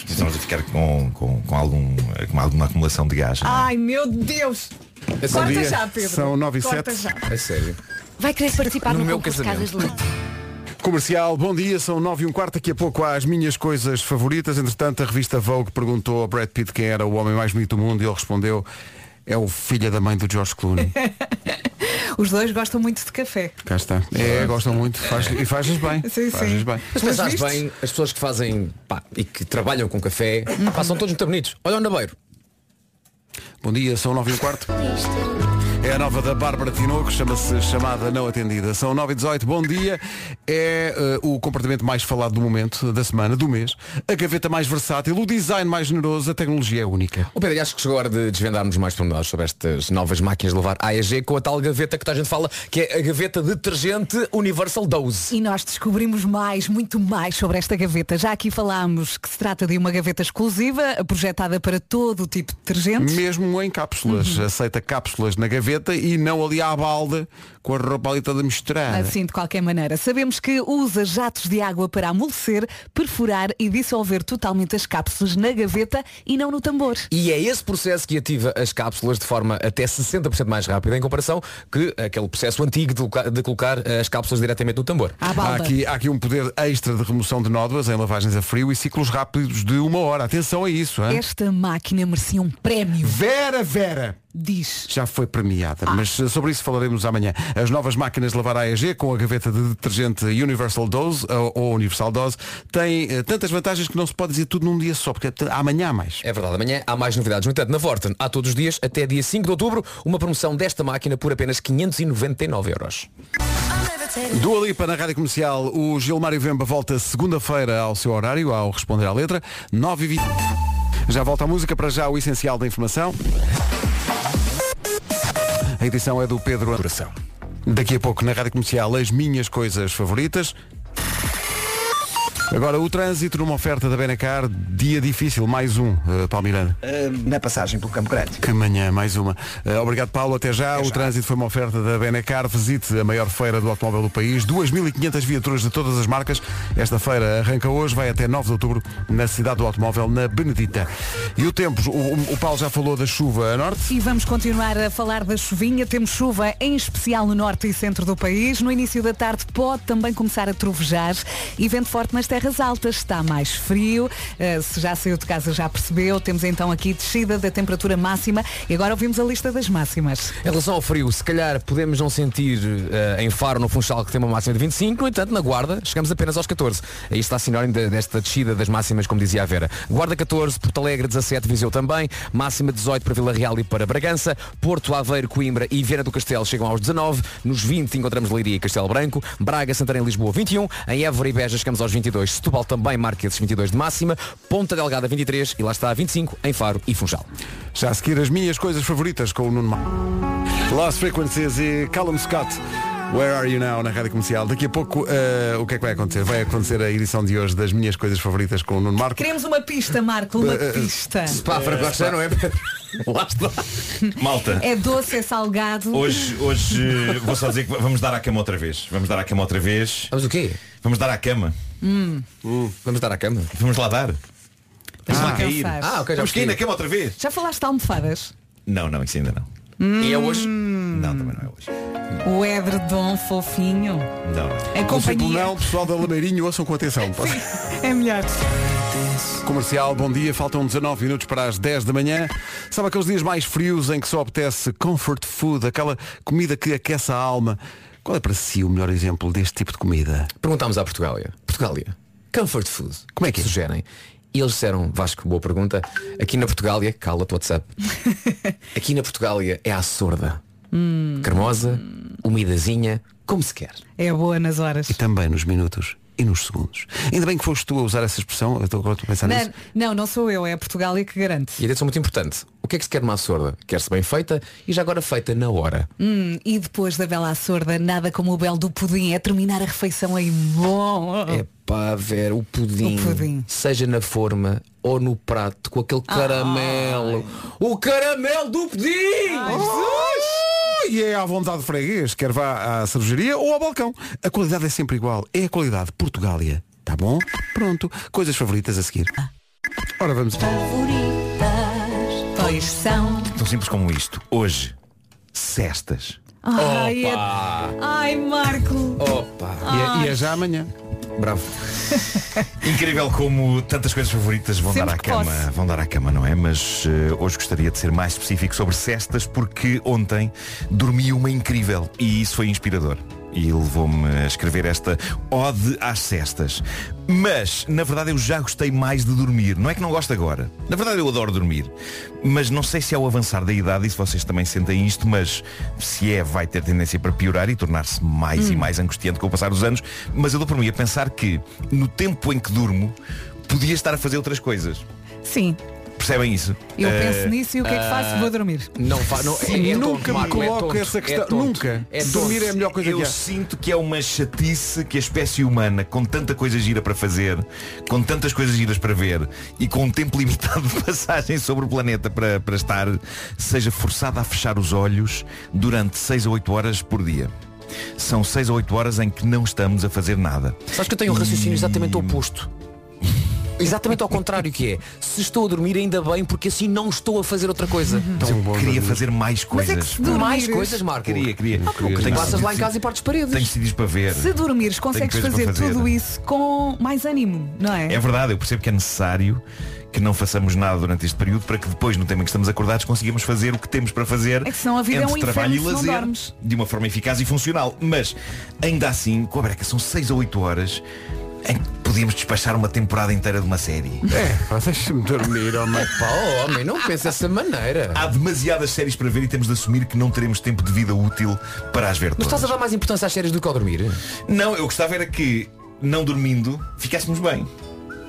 S12: Estamos a ficar com, com, com, algum, com alguma acumulação de gás.
S14: Ai, meu Deus! Corta já, Pedro. Corta já.
S12: É sério.
S14: Vai querer participar
S1: No
S14: no,
S1: meu
S14: concurso de Casas de
S1: casamento.
S14: Leite.
S1: Comercial, bom dia, são 9 e um quarto, daqui a pouco há as minhas coisas favoritas. Entretanto, a revista Vogue perguntou ao Brad Pitt quem era o homem mais bonito do mundo e ele respondeu, é o filho da mãe do George Clooney.
S3: Os dois gostam muito de café.
S1: Cá está. É, gostam muito faz, e faz-lhes bem.
S3: Sim, sim.
S1: Faz-lhes bem.
S5: Mas
S3: Pelos
S5: pensares
S3: vistos.
S5: bem, as pessoas que fazem pá, e que trabalham com café, pá, são todos muito bonitos. Olha o Nabeiro.
S1: Bom dia, são 9 e um quarto. É a nova da Bárbara Tinoco, chama-se Chamada Não Atendida. São 9 e 18 bom dia. É eh, o comportamento mais falado do momento, da semana, do mês. A gaveta mais versátil, o design mais generoso, a tecnologia é única.
S5: Ô Pedro, e acho que chegou a hora de desvendarmos mais pormenores sobre estas novas máquinas de lavar AEG com a tal gaveta que toda a gente fala, que é a gaveta detergente Universal 12.
S3: E nós descobrimos mais, muito mais sobre esta gaveta. Já aqui falámos que se trata de uma gaveta exclusiva, projetada para todo o tipo de detergentes.
S1: Mesmo em cápsulas. Aceita cápsulas na gaveta e não ali à balda com a roupa ali toda misturada.
S3: Assim, de qualquer maneira. Sabemos que usa jatos de água para amolecer, perfurar e dissolver totalmente as cápsulas na gaveta e não no tambor.
S5: E é esse processo que ativa as cápsulas de forma até 60% mais rápida em comparação que aquele processo antigo de, coloca- de colocar as cápsulas diretamente no tambor.
S1: Há aqui, há aqui um poder extra de remoção de nódoas em lavagens a frio e ciclos rápidos de uma hora. Atenção a isso, hein?
S3: Esta máquina merecia um prémio.
S1: Vera, Vera!
S3: Diz.
S1: Já foi premiada, mas eh, sobre isso falaremos amanhã. As novas máquinas de lavar AEG com a gaveta de detergente Universal Dose ou- ou Universal Dose têm eh, tantas vantagens que não se pode dizer tudo num dia só, porque portanto, amanhã há mais.
S5: É verdade, amanhã há mais novidades. No entanto, na Vorten há todos os dias, até dia 5 de outubro, uma promoção desta máquina por apenas 599 euros.
S1: Dua Lipa na Rádio Comercial, o Gilmário Vemba volta segunda-feira ao seu horário, ao responder à letra, 9 e 20 Já volta a música, para já o essencial da informação. A edição é do Pedro Coração. Daqui a pouco na Rádio Comercial as minhas coisas favoritas. Agora o trânsito numa oferta da Benacar, dia difícil, mais um, eh, Paulo Miranda.
S2: Ah, na passagem pelo Campo Grande.
S1: Que manhã, mais uma. Eh, obrigado, Paulo. Até já. o trânsito foi uma oferta da Benacar. Visite a maior feira do automóvel do país. 2.500 viaturas de todas as marcas. Esta feira arranca hoje, vai até 9 de outubro na cidade do automóvel, na Benedita. E o tempo, o, o Paulo já falou da chuva a norte.
S3: E vamos continuar a falar da chuvinha. Temos chuva em especial no norte e centro do país. No início da tarde pode também começar a trovejar e vento forte nas terras altas. Está mais frio. Eh, se já saiu de casa já percebeu. Temos então aqui descida da temperatura máxima e agora ouvimos a lista das máximas.
S5: Em relação ao frio, se calhar podemos não sentir eh, em Faro, no Funchal, que tem uma máxima de 25, no entanto, na Guarda, chegamos apenas aos 14. Aí está a sinónimo de- desta descida das máximas, como dizia a Vera. Guarda 14, Porto Alegre 17, Viseu também, máxima 18 para Vila Real e para Bragança, Porto Aveiro, Coimbra e Viana do Castelo chegam aos 19, nos 20 encontramos Leiria e Castelo Branco, Braga, Santarém e Lisboa 21, em Évora e Beja chegamos aos 22, Setúbal também marca esses 22 de máxima, Ponta Delgada 23 e lá está 25 em Faro e Funchal.
S1: Já a seguir as minhas coisas favoritas com o Nuno Marco. Lost Frequencies e Callum Scott. Where are you now na rádio comercial? Daqui a pouco, eh, o que é que vai acontecer? Vai acontecer a edição de hoje das minhas coisas favoritas com o Nuno Marco.
S3: Queremos uma pista, Marco, uma pista.
S5: é?
S1: [laughs]
S5: Lá está.
S12: Malta.
S3: É doce, é salgado.
S12: Hoje, hoje eh, vou só dizer que vamos dar à cama outra vez. Vamos dar à cama outra vez.
S5: Vamos o quê?
S12: Vamos dar à cama.
S3: Hum.
S5: Vamos dar à cama?
S12: Vamos lá dar. Vamos lá
S3: Deixa-me
S12: cair.
S3: pensar. Ah, ok, já
S12: Vamos
S3: percebi.
S12: cair na cama outra vez.
S3: Já falaste de almofadas?
S12: Não, não, isso ainda não.
S5: E é hoje?
S12: Não, também não é hoje.
S3: O edredom fofinho.
S12: Não, não.
S3: É
S1: Conceito
S3: companhia.
S1: não, pessoal da Lameirinho, ouçam com atenção.
S3: [laughs] É melhor.
S1: Comercial, bom dia. Faltam 19 minutos para as 10 da manhã. Sabe aqueles dias mais frios em que só obtece comfort food, aquela comida que aquece a alma? Qual é para si o melhor exemplo deste tipo de comida?
S5: Perguntámos à Portugália. Portugália, comfort food. Como é que sugerem? E eles disseram, Vasco, boa pergunta, aqui na Portugália,
S3: [laughs]
S5: cala-te WhatsApp. aqui na Portugália é à sorda.
S3: Hum,
S5: Cremosa, umidazinha, como se quer.
S3: é boa nas horas.
S1: E também nos minutos e nos segundos. Ainda bem que foste tu a usar essa expressão, eu estou agora estou a pensar nisso.
S3: Não, não, não sou eu, é a Portugália que garante.
S5: E atenção muito importante, o que é que se quer numa à sorda? Quer-se bem feita e já agora feita na hora.
S3: Hum, e depois da bela à sorda, nada como o belo do pudim, é terminar a refeição em bom.
S5: É pá, ver o pudim,
S3: Ah. O pudim.
S5: seja na forma ou no prato, com aquele caramelo. O caramelo do pudim!
S3: Jesus!
S1: Então, e é à vontade freguês, quer vá à cervejaria ou ao balcão. A qualidade é sempre igual. É a qualidade Portugália. Tá bom? Pronto. Coisas favoritas a seguir. Ora, vamos. então
S3: Favoritas, pois são.
S12: Tão simples como isto. Hoje, cestas.
S3: Ai, é-
S12: Opa! Oh.
S3: Ai Marco.
S12: Opa!
S3: E é- e é
S1: já amanhã.
S12: Bravo. Incrível como tantas coisas favoritas vão
S3: Sempre
S12: dar à
S3: que
S12: cama.
S3: posso.
S12: Vão dar à cama, não é? Mas eh, hoje gostaria de ser mais específico sobre cestas porque ontem dormi uma incrível e isso foi inspirador. E levou-me a escrever esta ode às cestas. Mas, na verdade, eu já gostei mais de dormir. Não é que não gosto agora. Na verdade, eu adoro dormir. Mas não sei se ao avançar da idade, e se vocês também sentem isto, mas se é, vai ter tendência para piorar e tornar-se mais e
S15: Hum.
S12: mais mais angustiante com o passar dos anos, mas eu dou por mim a pensar que no tempo em que durmo podia estar a fazer outras coisas.
S3: Sim,
S12: Percebem isso?
S3: eu
S12: Eh,
S3: penso nisso e o que é que
S12: ah,
S3: faço? Vou dormir.
S5: Não, fa- não
S12: Sim,
S5: é, é
S12: nunca
S5: tonto,
S12: me
S5: Marco, é
S12: coloco
S5: tonto,
S12: essa
S5: é
S12: questão.
S5: tonto.
S1: Nunca.
S5: É tonto.
S1: Dormir é a melhor coisa
S12: eu
S1: que há.
S12: sinto que é uma chatice que a espécie humana, com tanta coisa gira para fazer, com tantas coisas giras para ver e com um tempo limitado de passagem sobre o planeta para, para estar, seja forçada a fechar os olhos durante 6 a 8 horas por dia. São 6 a 8 horas em que não estamos a fazer nada.
S5: Sabes que eu tenho um raciocínio exatamente oposto. Exatamente ao contrário que é. Se estou a dormir, ainda bem, porque assim não estou a fazer outra coisa.
S12: Então eu queria fazer mais
S5: Mas é
S12: coisas.
S5: que se dormires- Mais coisas, Marco? Ah,
S12: Queria, queria.
S5: porque
S12: Tenho
S5: passas lá em
S12: sítios-
S5: casa e partes paredes.
S12: Tenho sítios para ver.
S3: Se dormires,
S12: Tenho
S3: consegues
S12: coisas para
S3: fazer, tudo isso com mais ânimo, não é?
S12: É verdade, eu percebo que é necessário que não façamos nada durante este período para que depois, no tempo em que estamos acordados, consigamos fazer o que temos para fazer
S3: É que senão a vida é
S12: entre
S3: um inferno
S12: trabalho
S3: se
S12: e
S3: não
S12: lazer
S3: dormes.
S12: de uma forma eficaz e funcional. Mas, ainda assim, com a breca, são 6 ou 8 horas em que podíamos despachar uma temporada inteira de uma
S3: [laughs]
S12: série.
S1: É, pá, deixa-me dormir, homem.
S5: Pá, oh, homem, não pense dessa maneira.
S12: Há demasiadas séries para ver e temos de assumir que não teremos tempo de vida útil para as ver
S5: Mas
S12: todas.
S5: estás a dar mais importância às séries do que ao dormir?
S12: Não, eu gostava era que, não dormindo, ficássemos bem.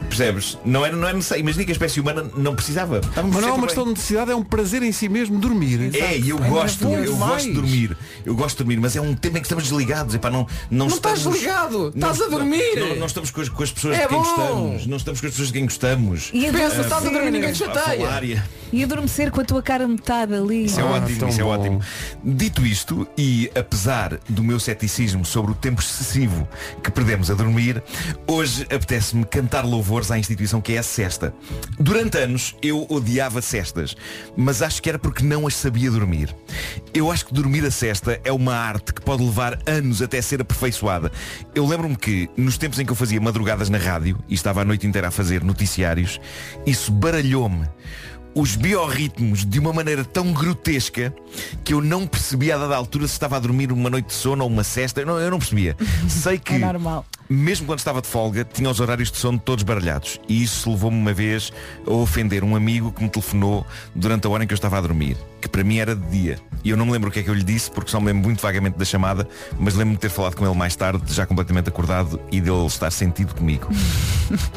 S12: Percebes? Não era, não era necessário. Imagina que a espécie humana não precisava. Estávamos
S1: Mas não é
S12: sempre
S1: uma
S12: bem.
S1: questão de necessidade, é um prazer em si mesmo dormir.
S12: É, e eu
S1: Ainda
S12: gosto,
S1: bom
S12: eu
S1: demais.
S12: gosto de dormir. Eu gosto de dormir, mas é um tempo em que estamos desligados. Epá, não, não,
S5: Não estás
S12: estamos,
S5: ligado,
S12: não
S5: estás a
S12: esta-
S5: dormir.
S12: Não, não estamos com as, com as pessoas
S5: É
S12: de quem
S5: bom.
S12: gostamos. Não estamos com as pessoas de quem gostamos.
S3: E a
S12: Ah,
S3: dança, estás a dormir, ninguém te
S12: a
S3: chateia.
S12: falar e a-
S3: E adormecer com a tua cara metade ali.
S12: isso é ótimo, isso é ótimo. Dito isto, e apesar do meu ceticismo sobre o tempo excessivo que perdemos a dormir, hoje apetece-me cantar louvores à instituição que é a cesta. Durante anos eu odiava cestas, mas acho que era porque não as sabia dormir. Eu acho que dormir a cesta é uma arte que pode levar anos até ser aperfeiçoada. Eu lembro-me que, nos tempos em que eu fazia madrugadas na rádio e estava a noite inteira a fazer noticiários, isso baralhou-me os biorritmos de uma maneira tão grotesca que eu não percebia a dada altura se estava a dormir uma noite de sono ou uma cesta. Eu não, eu não percebia. Sei
S3: É
S12: que, mesmo quando estava de folga, tinha os horários de sono todos baralhados. E isso levou-me uma vez a ofender um amigo que me telefonou durante a hora em que eu estava a dormir, que para mim era de dia. E eu não me lembro o que é que eu lhe disse, porque só me lembro muito vagamente da chamada, mas lembro-me de ter falado com ele mais tarde, já completamente acordado, e dele estar sentido comigo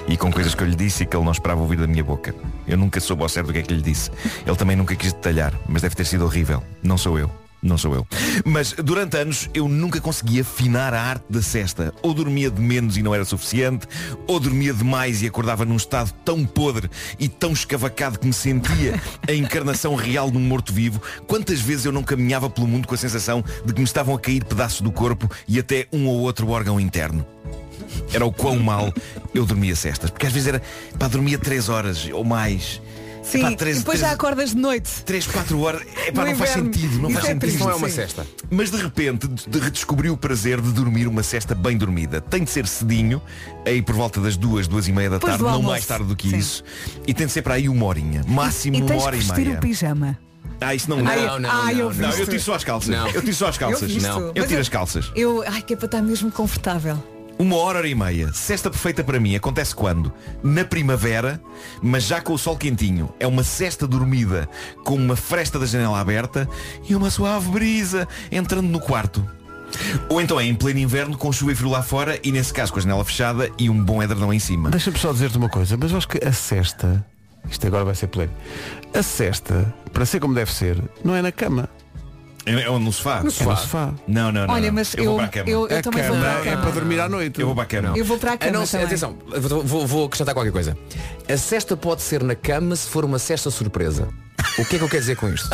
S12: e com coisas que eu lhe disse e que ele não esperava ouvir da minha boca. Eu nunca soube ao certo o que é que lhe disse. Ele também nunca quis detalhar, mas deve ter sido horrível. Não sou eu. Não sou eu. Mas durante anos eu nunca conseguia afinar a arte da cesta. Ou dormia de menos e não era suficiente, ou dormia demais e acordava num estado tão podre e tão escavacado que me sentia a encarnação real de um morto-vivo. Quantas vezes eu não caminhava pelo mundo com a sensação de que me estavam a cair pedaços do corpo e até um ou outro órgão interno era o quão mal eu dormia cestas. Porque às vezes era, pá, dormia 3 horas ou mais.
S3: Sim,
S12: Epá,
S3: e
S12: três-
S3: depois já acordas de noite.
S12: 3, 4 horas. Epá,
S3: No
S12: não faz
S3: inverno.
S12: sentido, não
S3: Isso
S12: faz
S3: é
S12: sentido.
S3: triste, Não é uma sim. cesta.
S12: Mas de repente de- de- redescobri o prazer de dormir uma cesta bem dormida. Tem de ser cedinho, aí por volta das duas, duas e meia da
S3: Depois
S12: tarde,
S3: do
S12: não
S3: almoço.
S12: mais tarde do que isso. E tem de ser para aí uma horinha. Máximo
S3: e tens
S12: uma hora
S3: que
S12: e
S3: vestir
S12: meia.
S3: o pijama.
S12: Ah, isso não
S3: Ai,
S12: dá.
S3: eu- ai, eu
S12: não,
S3: visto.
S12: eu tiro só as calças.
S5: Não.
S12: Eu tiro só as calças.
S3: visto.
S12: não. Eu
S3: Mas
S12: tiro as calças.
S3: Eu, ai, que é para estar mesmo confortável.
S12: Uma hora, hora e meia. Cesta perfeita para mim acontece quando? Na primavera, mas já com o sol quentinho. É uma cesta dormida, com uma fresta da janela aberta e uma suave brisa entrando no quarto. Ou então é em pleno inverno, com chuva e frio lá fora e nesse caso com a janela fechada e um bom edredão em cima.
S1: Deixa-me só dizer-te uma coisa, mas eu acho que a cesta, isto agora vai ser pleno, a cesta, para ser como deve ser, não é na cama.
S12: É, é no sofá?
S1: No sofá.
S12: Não, não, não.
S1: Olha,
S12: não.
S1: mas
S12: vou
S1: eu-
S12: para a cama.
S1: eu- eu A também vou cama para a é cama. para dormir à noite.
S12: Eu vou para a cama.
S3: Eu vou para a
S5: A
S3: cama
S5: não ser-
S3: também.
S5: atenção, vou, vou- vou acrescentar qualquer coisa.
S3: [laughs]
S5: A cesta pode ser na cama se for uma cesta surpresa. O que é que eu quero dizer com isto?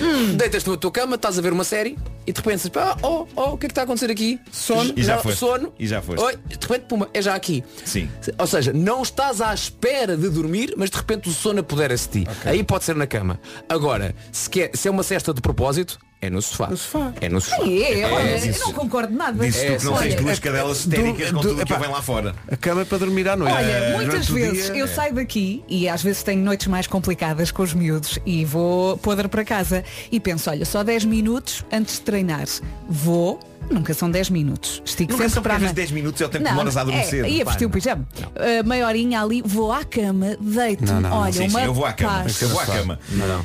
S3: Hum.
S5: Deitas-te na tua cama, estás a ver uma série e de repente pensas, pá, oh, oh, o que é que está a acontecer aqui? Sono,
S12: E já
S5: não,
S12: foste.
S5: sono.
S12: E já foste.
S5: Oi, de repente, puma, é já aqui.
S12: Sim.
S5: Ou seja, não estás à espera de dormir, mas de repente o sono apodera-se de ti. Aí pode ser na cama. Agora, se, quer, se é uma cesta de propósito, é no sofá. No sofá. É no sofá.
S3: Ai, é,
S5: É,
S3: olha,
S5: é
S3: eu não concordo nada.
S5: Disse tu que não tens
S3: Olha,
S5: duas
S12: cadelas
S1: Do-
S12: histéricas com
S1: do-
S12: tudo o que
S1: epá.
S12: vem lá fora.
S1: A cama é para dormir à noite.
S3: Olha,
S1: Eh,
S3: muitas
S1: durante o
S3: vezes
S1: dia,
S3: eu
S1: é.
S3: saio daqui e às vezes tenho noites mais complicadas com os miúdos e vou podre para casa e penso, olha, só 10 minutos antes de treinar. Vou, nunca são 10 minutos. Estico
S12: Nunca
S3: sempre
S12: são
S3: para a
S12: porque às
S3: ma-
S12: vezes 10 minutos é o tempo que
S3: Não,
S12: demoras a adormecer.
S3: É, ia vestir o pijama. Uh, meia horinha ali, vou à cama, deito-me.
S12: Não, não, não.
S3: Olha,
S12: Sim, sim,
S3: uma
S12: eu vou à cama.
S3: paz.
S12: Eu vou à cama.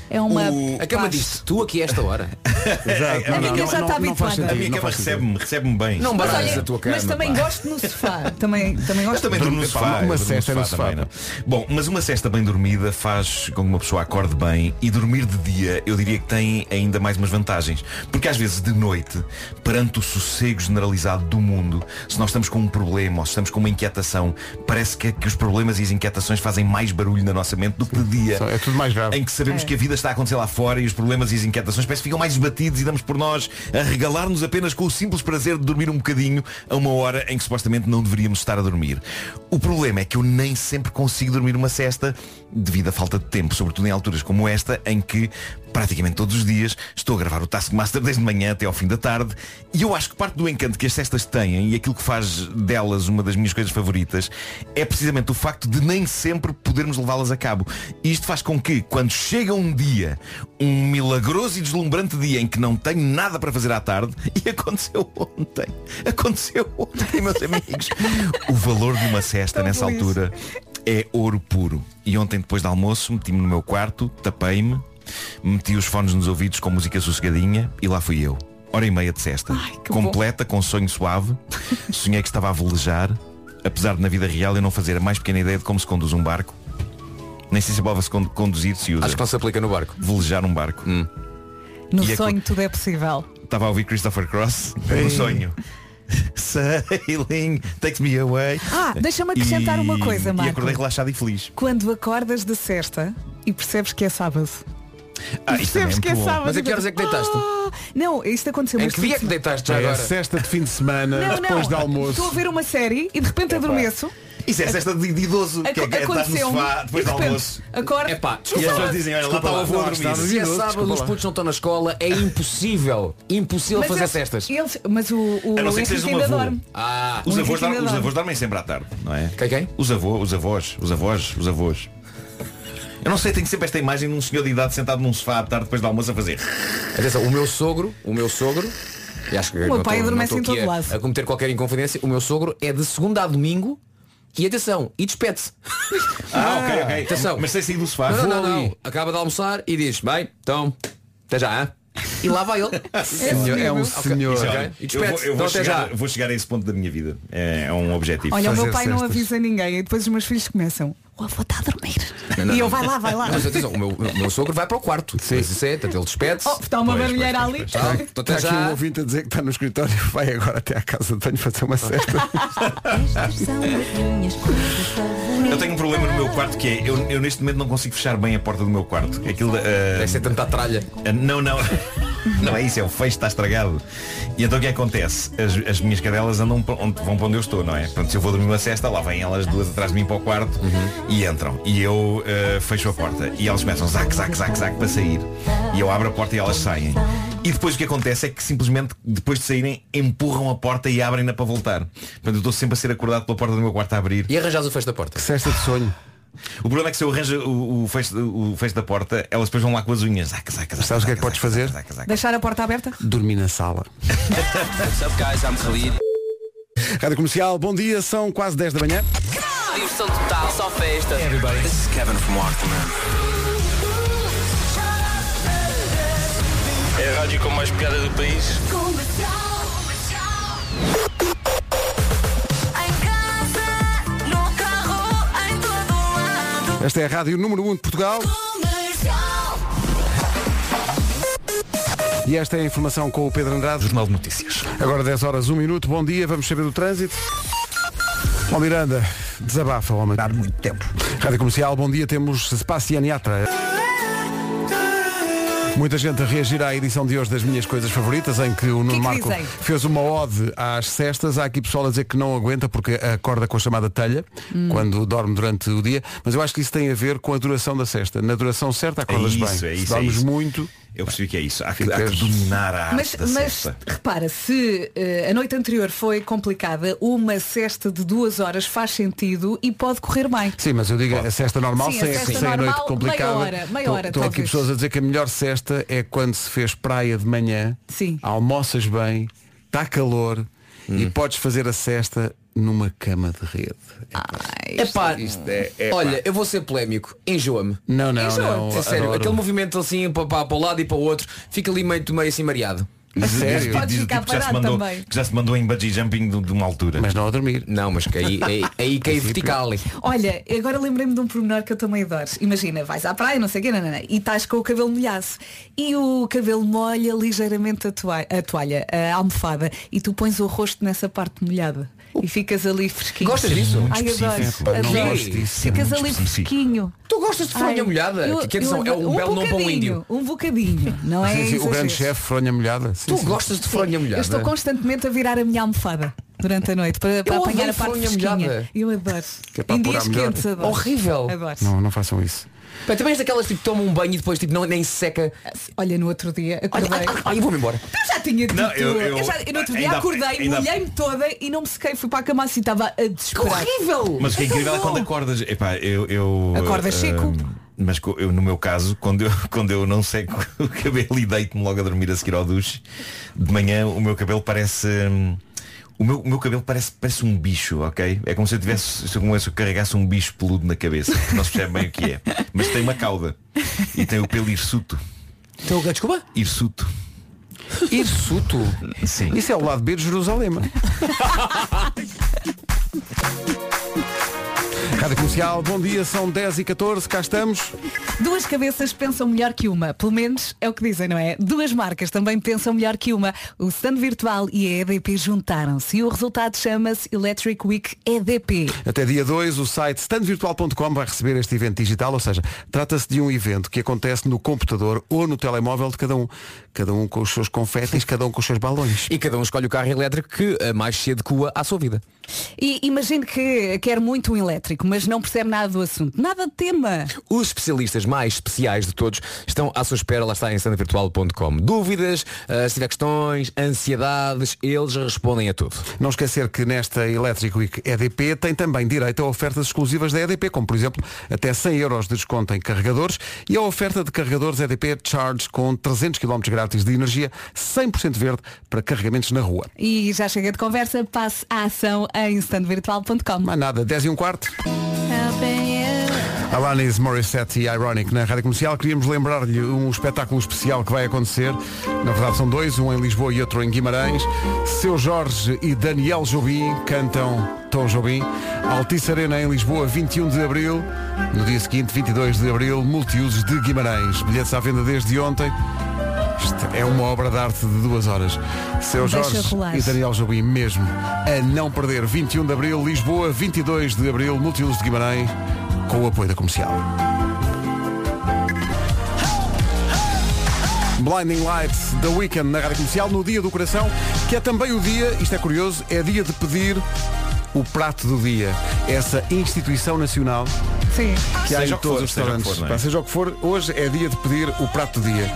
S3: É uma
S5: A cama
S3: paz.
S5: disse, tu aqui a esta hora.
S12: Exato.
S3: A minha
S12: Não,
S3: cama já
S12: não,
S3: está
S12: não faz
S3: habituada.
S12: sentido, A minha cama recebe-me, recebe-me bem.
S3: Não Mas
S12: baralhas
S3: olha, mas
S12: [laughs]
S3: também gosto no sofá. Também, também gosto
S12: Eu também durmo no
S1: Epá,
S12: sofá.
S1: uma
S12: eu durmo
S1: cesta é no sofá,
S12: também, não. Bom, mas uma cesta bem dormida faz com que uma pessoa acorde bem e dormir de dia eu diria que tem ainda mais umas vantagens. Porque às vezes de noite, perante o sossego generalizado do mundo, se nós estamos com um problema ou se estamos com uma inquietação, parece que, que os problemas e as inquietações fazem mais barulho na nossa mente do que de dia. É
S1: tudo mais grave.
S12: Em que sabemos
S1: É.
S12: que a vida está a acontecer lá fora e os problemas e as inquietações parece que ficam mais batidos e damos por nós a regalar-nos apenas com o simples prazer de dormir um bocadinho a uma hora em que supostamente não deveríamos estar a dormir. O problema é que eu nem sempre consigo dormir uma cesta devido à falta de tempo, sobretudo em alturas como esta em que praticamente todos os dias estou a gravar o Taskmaster desde manhã até ao fim da tarde e eu acho que parte do encanto que as cestas têm e aquilo que faz delas uma das minhas coisas favoritas é precisamente o facto de nem sempre podermos levá-las a cabo. E isto faz com que, quando chega um dia, um milagroso e deslumbrante dia em que não tenho nada para fazer à tarde, [laughs] e aconteceu ontem, aconteceu ontem, meus amigos, o valor de uma cesta nessa
S15: feliz.
S12: altura é ouro puro. E ontem, depois do almoço, meti-me no meu quarto, tapei-me, meti os fones nos ouvidos com música sossegadinha e lá fui eu. Hora e meia de cesta. completa, com sonho suave. Sonhei que estava a velejar, apesar de na vida real eu não fazer a mais pequena ideia de como se conduz um barco. Nem sei se a palavra se con- conduzir se usa.
S5: Acho que não se aplica no barco.
S12: Velejar um barco.
S3: No
S12: E é
S3: sonho tudo é possível.
S12: Estava a ouvir Christopher Cross
S3: Ei.
S12: no sonho. [laughs] Sailing, takes me away.
S3: Ah, deixa-me acrescentar
S12: E-
S3: uma coisa,
S12: E
S3: Marco.
S12: acordei relaxado e feliz.
S3: Quando acordas de sexta e percebes que é sábado.
S12: Ah,
S3: E
S12: isto também é
S3: percebes que é
S12: muito bom.
S3: sábado.
S12: Mas a que horas
S5: é que deitaste?
S3: Ah, não, isto aconteceu. mas tu-
S1: é,
S5: agora?
S1: Sexta de fim de semana,
S3: Não,
S1: depois
S3: não.
S1: de almoço.
S3: Estou a ver uma série e de repente adormeço.
S12: Isso é cesta de de idoso.
S3: Aco-
S12: Que é, que é estás no
S3: aconteceu-me
S12: sofá depois
S3: e
S12: do
S3: de repente
S12: almoço.
S3: Acordo.
S5: Epá,
S12: E as pessoas dizem, olha, lá
S5: Desculpa
S12: estava o avô a
S5: lá,
S12: dormir.
S5: Se é sábado, os putos não estão na escola, é impossível. Impossível
S3: Mas
S5: fazer
S3: eles-
S5: cestas.
S3: eles- mas o, é o
S12: A não ser que sejas
S3: Henrique
S12: um
S3: ainda
S12: avô.
S3: dorme.
S5: Ah,
S12: Os
S3: O
S12: avós,
S3: Henrique ainda
S12: dormem, os
S3: dorme.
S12: avós dormem sempre à tarde, não é? Os avós, os avós, os avós, os avós. Eu não sei, tenho sempre esta imagem de um senhor de idade sentado num sofá à tarde depois do almoço a fazer.
S5: Atenção, o meu sogro, o meu sogro, e acho que
S12: meu
S5: não
S12: pai
S5: estou-
S12: adormece
S5: não estou
S12: em
S5: aqui
S12: todo
S5: a,
S12: lado.
S5: a cometer qualquer inconfidência, o meu sogro é de segunda a domingo e atenção, e despede-se.
S12: Ah, ok, ok.
S5: Atenção.
S12: Mas tem saído do sofá.
S5: Não, não,
S12: Vou
S5: não,
S12: ali.
S5: não. Acaba de almoçar e diz, bem, então, até já, hã? E lá vai ele.
S3: É
S12: [laughs] Senhor, é
S1: é
S12: um
S5: Ok,
S1: um
S12: Olha,
S5: ok, E
S12: Eu, vou,
S5: despede-se.
S12: eu vou
S5: Então, até já.
S12: chegar, vou chegar a esse ponto da minha vida. É, é um objetivo.
S3: Olha, o meu pai não avisa ninguém e depois os meus filhos começam. O avô está a dormir. e eu vai lá, vai lá.
S5: Mas atenção, o meu, o meu sogro vai para o quarto. Mas isso é, portanto, ele despede-se.
S3: Oh, está uma
S5: Pois,
S3: barulheira
S5: pois,
S3: ali.
S5: pois, pois. Tchau, até
S1: Está aqui
S5: já.
S1: um ouvinte a dizer que está no escritório [laughs] Vai agora até à casa de banho fazer uma cesta
S12: Eu tenho um problema no meu quarto que é eu, eu neste momento não consigo fechar bem a porta do meu quarto. Aquilo eh, da. Deve
S5: ser tanta tralha.
S12: não, não. Não é isso, é o fecho está estragado. E então o que acontece? As, as minhas cadelas andam para onde, vão para onde eu estou, não é? Portanto, se eu vou dormir uma cesta, lá vêm elas duas atrás de mim para o quarto e entram. E eu eh, fecho a porta. E elas começam zac, zac, zac, zac para sair. E eu abro a porta e elas saem. E depois o que acontece é que simplesmente depois de saírem empurram a porta e abrem-na para voltar. Portanto, eu estou sempre a ser acordado pela porta do meu quarto a abrir.
S5: E arranjas o fecho da
S1: [laughs]
S5: porta.
S1: Cesta de sonho.
S12: O problema é que se eu arranjo o, o fecho, o fecho da porta, elas depois vão lá com as unhas. Zac, zac, zac,
S1: Sabes o que é que podes fazer?
S3: Deixar a porta aberta?
S1: Dormir na sala
S13: What's up, guys? I'm Khalid.
S1: Rádio Comercial, bom dia, são quase 10 da manhã
S13: Diversão total, só festa. everybody. This is Kevin from Walkman. É a rádio com mais piada do país.
S1: Esta é a Rádio Número 1 de Portugal E esta é a informação com o Pedro Andrade
S12: Jornal de Notícias
S1: Agora 10 horas, 1 minuto, bom dia, vamos saber do trânsito Ó Miranda, desabafa, homem Dar muito tempo Rádio Comercial, bom dia, temos Sebastián Yatra Muita gente a reagir à edição de hoje das minhas coisas favoritas, em que o Nuno
S14: que
S1: Marco
S14: dizem?
S1: fez uma ode às cestas. Há aqui pessoal a dizer que não aguenta porque acorda com a chamada telha,
S14: Hum.
S1: quando dorme durante o dia. Mas eu acho que isso tem a ver com a duração da cesta. Na duração certa acordas
S12: é isso,
S1: bem.
S12: é
S1: Se
S12: isso.
S1: dormes
S12: é isso.
S1: muito.
S12: Eu percebi que é isso. Há que, há
S1: Ficas-
S12: que dominar a
S5: Ah,
S12: arte
S3: Mas,
S12: da
S3: mas,
S12: cesta.
S3: repara, se eh, a noite anterior foi complicada, uma cesta de duas horas faz sentido e pode correr bem.
S1: Sim, mas eu digo a cesta normal
S3: Sim, a
S1: sem,
S3: cesta
S1: sem a
S3: normal,
S1: noite complicada.
S3: meia hora, meia
S1: Tô-
S3: hora,
S1: tô aqui
S3: talvez.
S1: pessoas a dizer que a melhor cesta é quando se fez praia de manhã,
S3: Sim.
S1: almoças bem, está calor
S5: Hum.
S1: e podes fazer a cesta numa cama de rede.
S5: É pá,
S1: é
S5: olha,
S1: pá.
S5: eu vou ser polémico, enjoa-me.
S1: Não, não, não,
S5: Enjoa-me. É sério,
S1: adoro.
S5: aquele movimento assim para, para, para o lado e para o outro, fica ali meio, meio assim mareado.
S12: Diz- diz- diz- diz o tipo que já se mandou- Que já se mandou em bungee jumping de, de uma altura. Mas
S1: não a dormir.
S5: Não, mas que aí, [laughs] aí, aí cai vertical.
S3: Olha, agora lembrei-me de um pormenor que eu também adoro. Imagina, vais à praia, não sei o quê, nanana, e estás com o cabelo molhado. E o cabelo molha ligeiramente a, toa- a toalha, a almofada. E tu pões o rosto nessa parte molhada. E ficas ali fresquinho.
S5: Oh. Gostas disso?
S3: Ai,
S5: é específico.
S3: adoro.
S5: Epá, não
S3: adoro.
S5: gosto disso.
S3: Ficas
S5: É muito
S3: ali
S5: específico.
S3: fresquinho.
S5: Tu gostas de fronha molhada? Que é que são- é um belo nome para um índio.
S3: Um bocadinho, não é?
S1: Sim, sim, o
S3: exagero.
S1: grande chefe, fronha molhada. Sim, sim.
S3: Eu estou constantemente a virar a minha almofada durante a noite para, para
S5: Eu
S3: apanhar
S5: odeio
S3: a parte
S5: fronha
S3: fresquinha.
S5: molhada.
S3: Eu adoro.
S1: Que é para
S3: em
S1: apurar
S3: dias
S1: melhor.
S3: quentes adoro.
S5: Horrível.
S3: Adoro.
S1: Não, não façam isso.
S5: Pá, também és daquelas tipo, que tomam um banho e depois tipo, não, nem seca.
S3: Olha, no outro dia
S5: Ai,
S3: acordei.
S5: ai, ai, ai, vou-me embora.
S3: Eu já tinha dito.
S5: Não, eu-
S3: eu,
S5: eu-
S3: já, eu no outro dia
S5: ainda-
S3: acordei,
S12: ainda-
S3: molhei-me toda e não me sequei, fui para a cama assim, estava a desesperar.
S5: Horrível!
S12: Mas o que é incrível é quando acordas. Epá, eu, eu,
S3: Então Acordas
S12: eh,
S3: seco?
S12: Mas co- eu, no meu caso, quando eu, [laughs] quando eu não seco [laughs] o cabelo e deito-me logo a dormir a seguir ao duche, de manhã o meu cabelo parece. hum, o meu, o meu cabelo parece, parece um bicho, ok? É como se eu tivesse, se eu- como se eu carregasse um bicho peludo na cabeça. Não se percebe bem o que é. Mas tem uma cauda. E tem o pelo hirsuto.
S5: Então, desculpa?
S12: Hirsuto.
S5: Hirsuto?
S12: Sim.
S1: Isso é o lado B de Jerusalém. mano. Rádio Comercial, bom dia, são 10 e 14 cá estamos.
S3: Duas cabeças pensam melhor que uma, pelo menos é o que dizem, não é? Duas marcas também pensam melhor que uma. O Stand Virtual e a EDP juntaram-se e o resultado chama-se Electric Week EDP.
S1: Até dia 2, o site standvirtual.com vai receber este evento digital, ou seja, trata-se de um evento que acontece no computador ou no telemóvel de cada um. Cada um com os seus confetes, cada um com os seus balões.
S5: E cada um escolhe o carro elétrico que eh, mais se adequa à sua vida.
S3: E imagino que quer muito um elétrico, mas não percebe nada do assunto, nada de tema.
S5: Os especialistas mais especiais de todos estão à sua espera, lá está em standardvirtual.com. Dúvidas, eh, se tiver questões, ansiedades, eles respondem a tudo.
S1: Não esquecer que nesta Electric Week EDP tem também direito a ofertas exclusivas da EDP, como por exemplo até 100 euros de desconto em carregadores e a oferta de carregadores EDP Charge com 300 km grátis de energia 100% verde para carregamentos na rua.
S3: E já chega de conversa, passe à ação em standvirtual.com.
S1: Mas nada, 10 e um quarto. Alanis Morissette e Ironic na Rádio Comercial. Queríamos lembrar-lhe um espetáculo especial que vai acontecer. Na verdade são dois, um em Lisboa e outro em Guimarães. Seu Jorge e Daniel Jobim cantam Tom Jobim. Altice Arena em Lisboa, 21 de Abril. No dia seguinte, 22 de Abril, Multiusos de Guimarães. Bilhetes à venda desde ontem. Isto é uma obra de arte de duas horas. Seu
S14: Deixa
S1: Jorge
S14: rolar.
S1: e Daniel Jobim mesmo. A não perder, 21 de Abril, Lisboa, 22 de Abril, Multiusos de Guimarães, com o apoio da comercial. Blinding Lights, The Weekend na Rádio Comercial, no Dia do Coração, que é também o dia, isto é curioso, é dia de pedir o prato do dia. Essa instituição nacional
S3: Sim.
S1: que há em
S12: Seja o que
S1: todos os
S12: for, seja o que
S1: restaurantes.
S12: for, não é?
S1: Pá, Seja o que for, hoje é dia de pedir o prato do dia.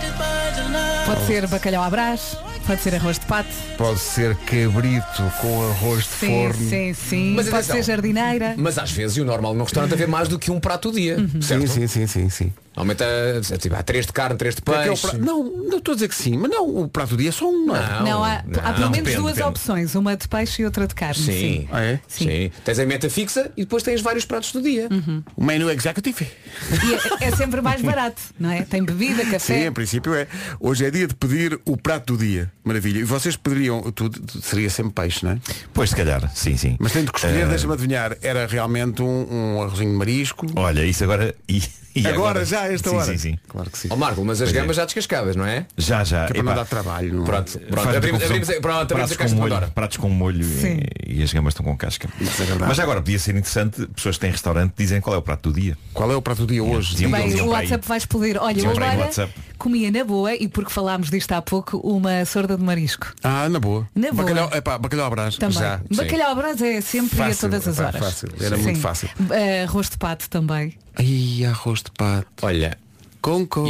S3: Pode ser bacalhau à brás, pode ser arroz de pato,
S1: Pode ser cabrito com arroz de
S3: sim,
S1: forno.
S3: sim, sim,
S5: Mas
S3: pode
S5: atenção.
S3: ser jardineira.
S5: Mas às vezes, e o normal num restaurante, haver mais do que um prato o dia.
S1: Sim, sim, sim, sim, sim.
S5: Aumenta, é, tipo, há três de carne, três de
S1: Porque é o
S5: peixe.
S1: prato- Não, não estou a dizer que sim, mas não, o prato do dia é só um, não é?
S5: Não,
S3: Não, há, há pelo
S5: não,
S3: menos
S5: depende,
S3: duas
S5: depende.
S3: opções, uma de peixe e outra de carne.
S5: Sim.
S3: Sim.
S12: Ah,
S1: é?
S5: Sim. Tens a meta fixa e depois tens vários pratos do dia.
S12: Uhum.
S1: Uhum. O menu executive.
S3: E é, é sempre
S1: [laughs]
S3: mais barato, não é? Tem bebida,
S1: Sim,
S3: café.
S1: em princípio é. Hoje é dia de pedir o prato do dia. Maravilha. E vocês pediriam, tu, tu- seria sempre peixe, não é?
S12: Pois, se calhar, sim, sim.
S1: Mas tendo que escolher,
S12: Eh,
S1: deixa-me adivinhar, era realmente um, um arrozinho de marisco.
S12: Olha, isso É agora. E, e
S1: agora, já a esta
S5: Sim,
S1: hora.
S5: sim,
S12: sim.
S1: Claro que sim.
S5: Ó É. Oh, Marco, mas as
S1: Pois é.
S5: gamas já descascadas, não é?
S12: Já, já.
S1: Que é para não dar trabalho, não é?
S5: Pronto, pronto.
S12: Faz-me
S5: Abrimos-
S12: confusão.
S5: abrimos- pronto, abrimos
S12: pratos
S5: a caixa
S12: com
S5: de
S12: molho,
S5: Pandora.
S12: Pratos com molho
S5: Sim.
S12: e, e as gamas estão com casca.
S1: Desagradável.
S12: Mas agora podia ser interessante, pessoas que têm restaurante dizem qual é o prato do dia.
S1: Qual é o é um prato do dia hoje?
S12: Diziam,
S3: Bem,
S12: diziam
S3: o
S12: para aí.
S3: WhatsApp vai explodir. Olha, eu
S12: Diziam para aí no
S3: agora
S12: WhatsApp.
S3: comia na boa e porque falámos disto há pouco, uma sorda de marisco.
S1: Ah, na boa.
S3: Na boa.
S1: bacalhau, epá, bacalhau à brás.
S3: Também.
S1: Já, sim.
S3: Bacalhau à brás é sempre e a
S1: Fácil,
S3: todas as
S1: epá,
S3: horas.
S1: fácil. Era muito fácil.
S3: Eh, arroz de pato também.
S1: E arroz de pato.
S5: Olha.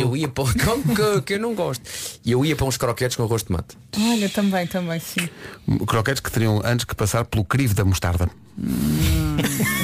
S5: Eu ia [laughs] para com coco, que eu não gosto. E eu ia para uns croquetes com arroz de tomate.
S3: Olha, também, também, sim.
S1: Croquetes que teriam antes que passar pelo crivo da mostarda.
S3: Hum.
S1: [laughs]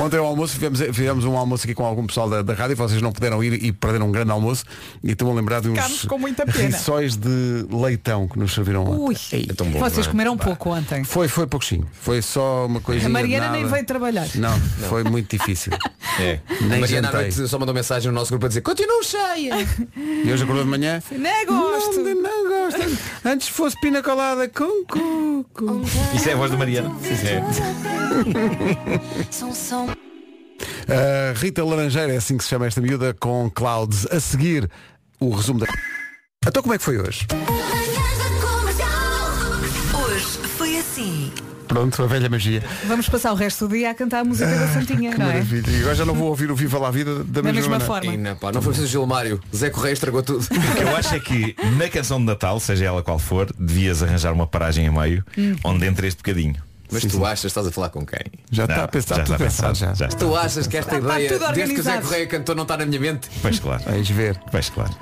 S1: Ontem ao almoço fizemos, fizemos um almoço aqui com algum pessoal da, da rádio, vocês não puderam ir e perderam um grande almoço e estão a lembrar de uns
S3: Ficámos com muita pena. Uh.
S1: rissóis de leitão que nos serviram
S3: Ui,
S1: ontem. É tão bom,
S3: vocês
S1: não é?
S3: comeram pouco ontem.
S1: Foi, foi pouquinho. Foi só uma coisinha.
S3: A Mariana
S1: nada.
S3: nem veio trabalhar.
S1: Não, foi muito difícil.
S5: [laughs] É.
S1: Nem
S5: a Mariana à
S1: jantei.
S5: noite só mandou mensagem no nosso grupo a dizer
S3: Continuo cheia.
S16: Ah,
S1: E hoje acordou de manhã?
S3: Não é gosto.
S1: Não, não gosto. Antes fosse pina colada com coco.
S12: Isso é a voz do Mariana.
S3: [laughs] um.
S1: A Rita Laranjeira, é assim que se chama esta miúda, com Clouds. A seguir, o resumo da... Então como é que foi hoje?
S15: Hoje foi assim.
S1: Pronto, a velha magia.
S3: Vamos passar o resto do dia a cantar a música da Santinha,
S1: Ah, Que
S3: não é?
S1: maravilha. E agora já não vou ouvir o Viva lá Vida da, mesma, maneira.
S16: tá
S3: Um
S5: E não, pá, não foi preciso Gilmário. Zé Correia estragou tudo.
S12: O que eu acho é que na canção de Natal, seja ela qual for, devias arranjar uma paragem a meio
S5: Hum.
S12: onde entre este bocadinho.
S5: Mas tu achas, estás a falar com quem?
S1: Já
S12: Não,
S1: está a pensar,
S12: já
S1: tudo
S12: está
S1: pensado já.
S12: já
S5: Tu achas que
S16: Tá,
S5: esta
S12: Está
S5: ideia,
S12: tudo
S5: desde que o Zé
S12: organizado.
S5: Correia cantou, não está na minha mente?
S12: Pois claro.
S1: Vais ver.
S12: Vais claro.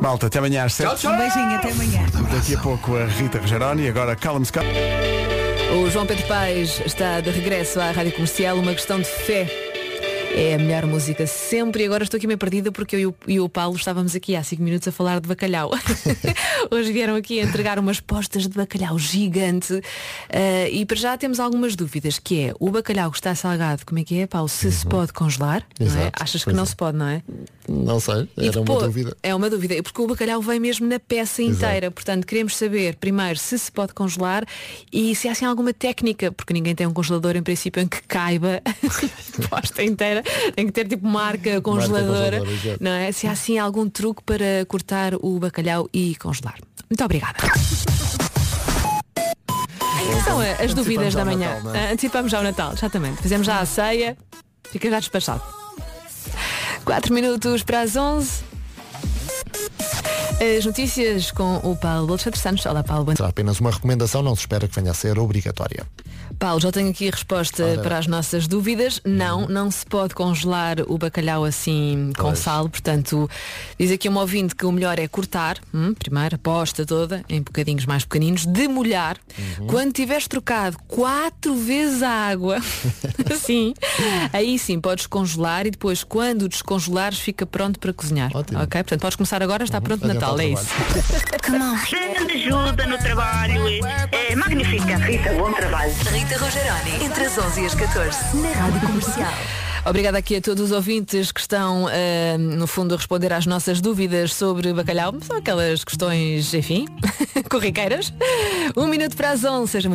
S1: Malta, até amanhã às sete.
S3: Um beijinho, até amanhã.
S1: Daqui a pouco a Rita Rogeroni e agora cala-me Cal-
S16: O João Pedro Paes está de regresso à Rádio Comercial, uma questão de fé. É a melhor música sempre e agora estou aqui meio perdida porque eu e o, e o Paulo estávamos aqui há 5 minutos a falar de bacalhau. [laughs] Hoje vieram aqui entregar umas postas de bacalhau gigante eh, e para já temos algumas dúvidas, que é o bacalhau que está salgado, como é que é, Paulo? Se se pode congelar, não é?
S17: Exato,
S16: Achas que
S17: pois
S16: não
S17: é.
S16: se pode, não é?
S17: Não sei,
S16: E
S17: era
S16: depois-
S17: uma dúvida.
S16: É uma dúvida, porque o bacalhau vem mesmo na peça inteira. Portanto, queremos saber primeiro se se pode congelar e se há assim, alguma técnica, porque ninguém tem um congelador em princípio em que caiba [laughs] a posta inteira, tem que ter tipo marca congeladora.
S17: congeladora, exato.
S16: não é? Se há assim algum truque para cortar o bacalhau e congelar. Muito obrigada. São eh, as
S17: Antecipamos
S16: dúvidas
S17: Então, já
S16: da
S17: o
S16: manhã.
S17: Natal, não é?
S16: Ah, Antecipamos já o Natal, exatamente. Fizemos já a ceia, fica já despachado. 4 minutos para as 11. As notícias com o Paulo Alexandre Santos. Olá, Paulo. Bom
S17: Será apenas uma recomendação, não se espera que venha a ser obrigatória.
S16: Paulo, já tenho aqui a resposta
S17: Ora.
S16: para as nossas dúvidas. Não, não se pode congelar o bacalhau assim com
S17: Pois.
S16: sal. Portanto, diz aqui um ouvinte que o melhor é cortar, hum, primeiro a posta toda, em bocadinhos mais pequeninos, demolhar. Quando tiveres trocado quatro vezes a água, assim, aí sim podes congelar e depois, quando descongelares, fica pronto para cozinhar. Ok? Portanto, podes começar agora, está pronto o Natal, é isso.
S18: Sempre ajuda no trabalho. É, é magnífica. Rita, bom trabalho.
S15: Rita Rogeroni, entre as 11 e as 14, na Rádio Comercial.
S16: Obrigada aqui a todos os ouvintes que estão, ah, no fundo, a responder às nossas dúvidas sobre [laughs] bacalhau. São aquelas questões, enfim, corriqueiras. Um minuto para as 11, seja muito.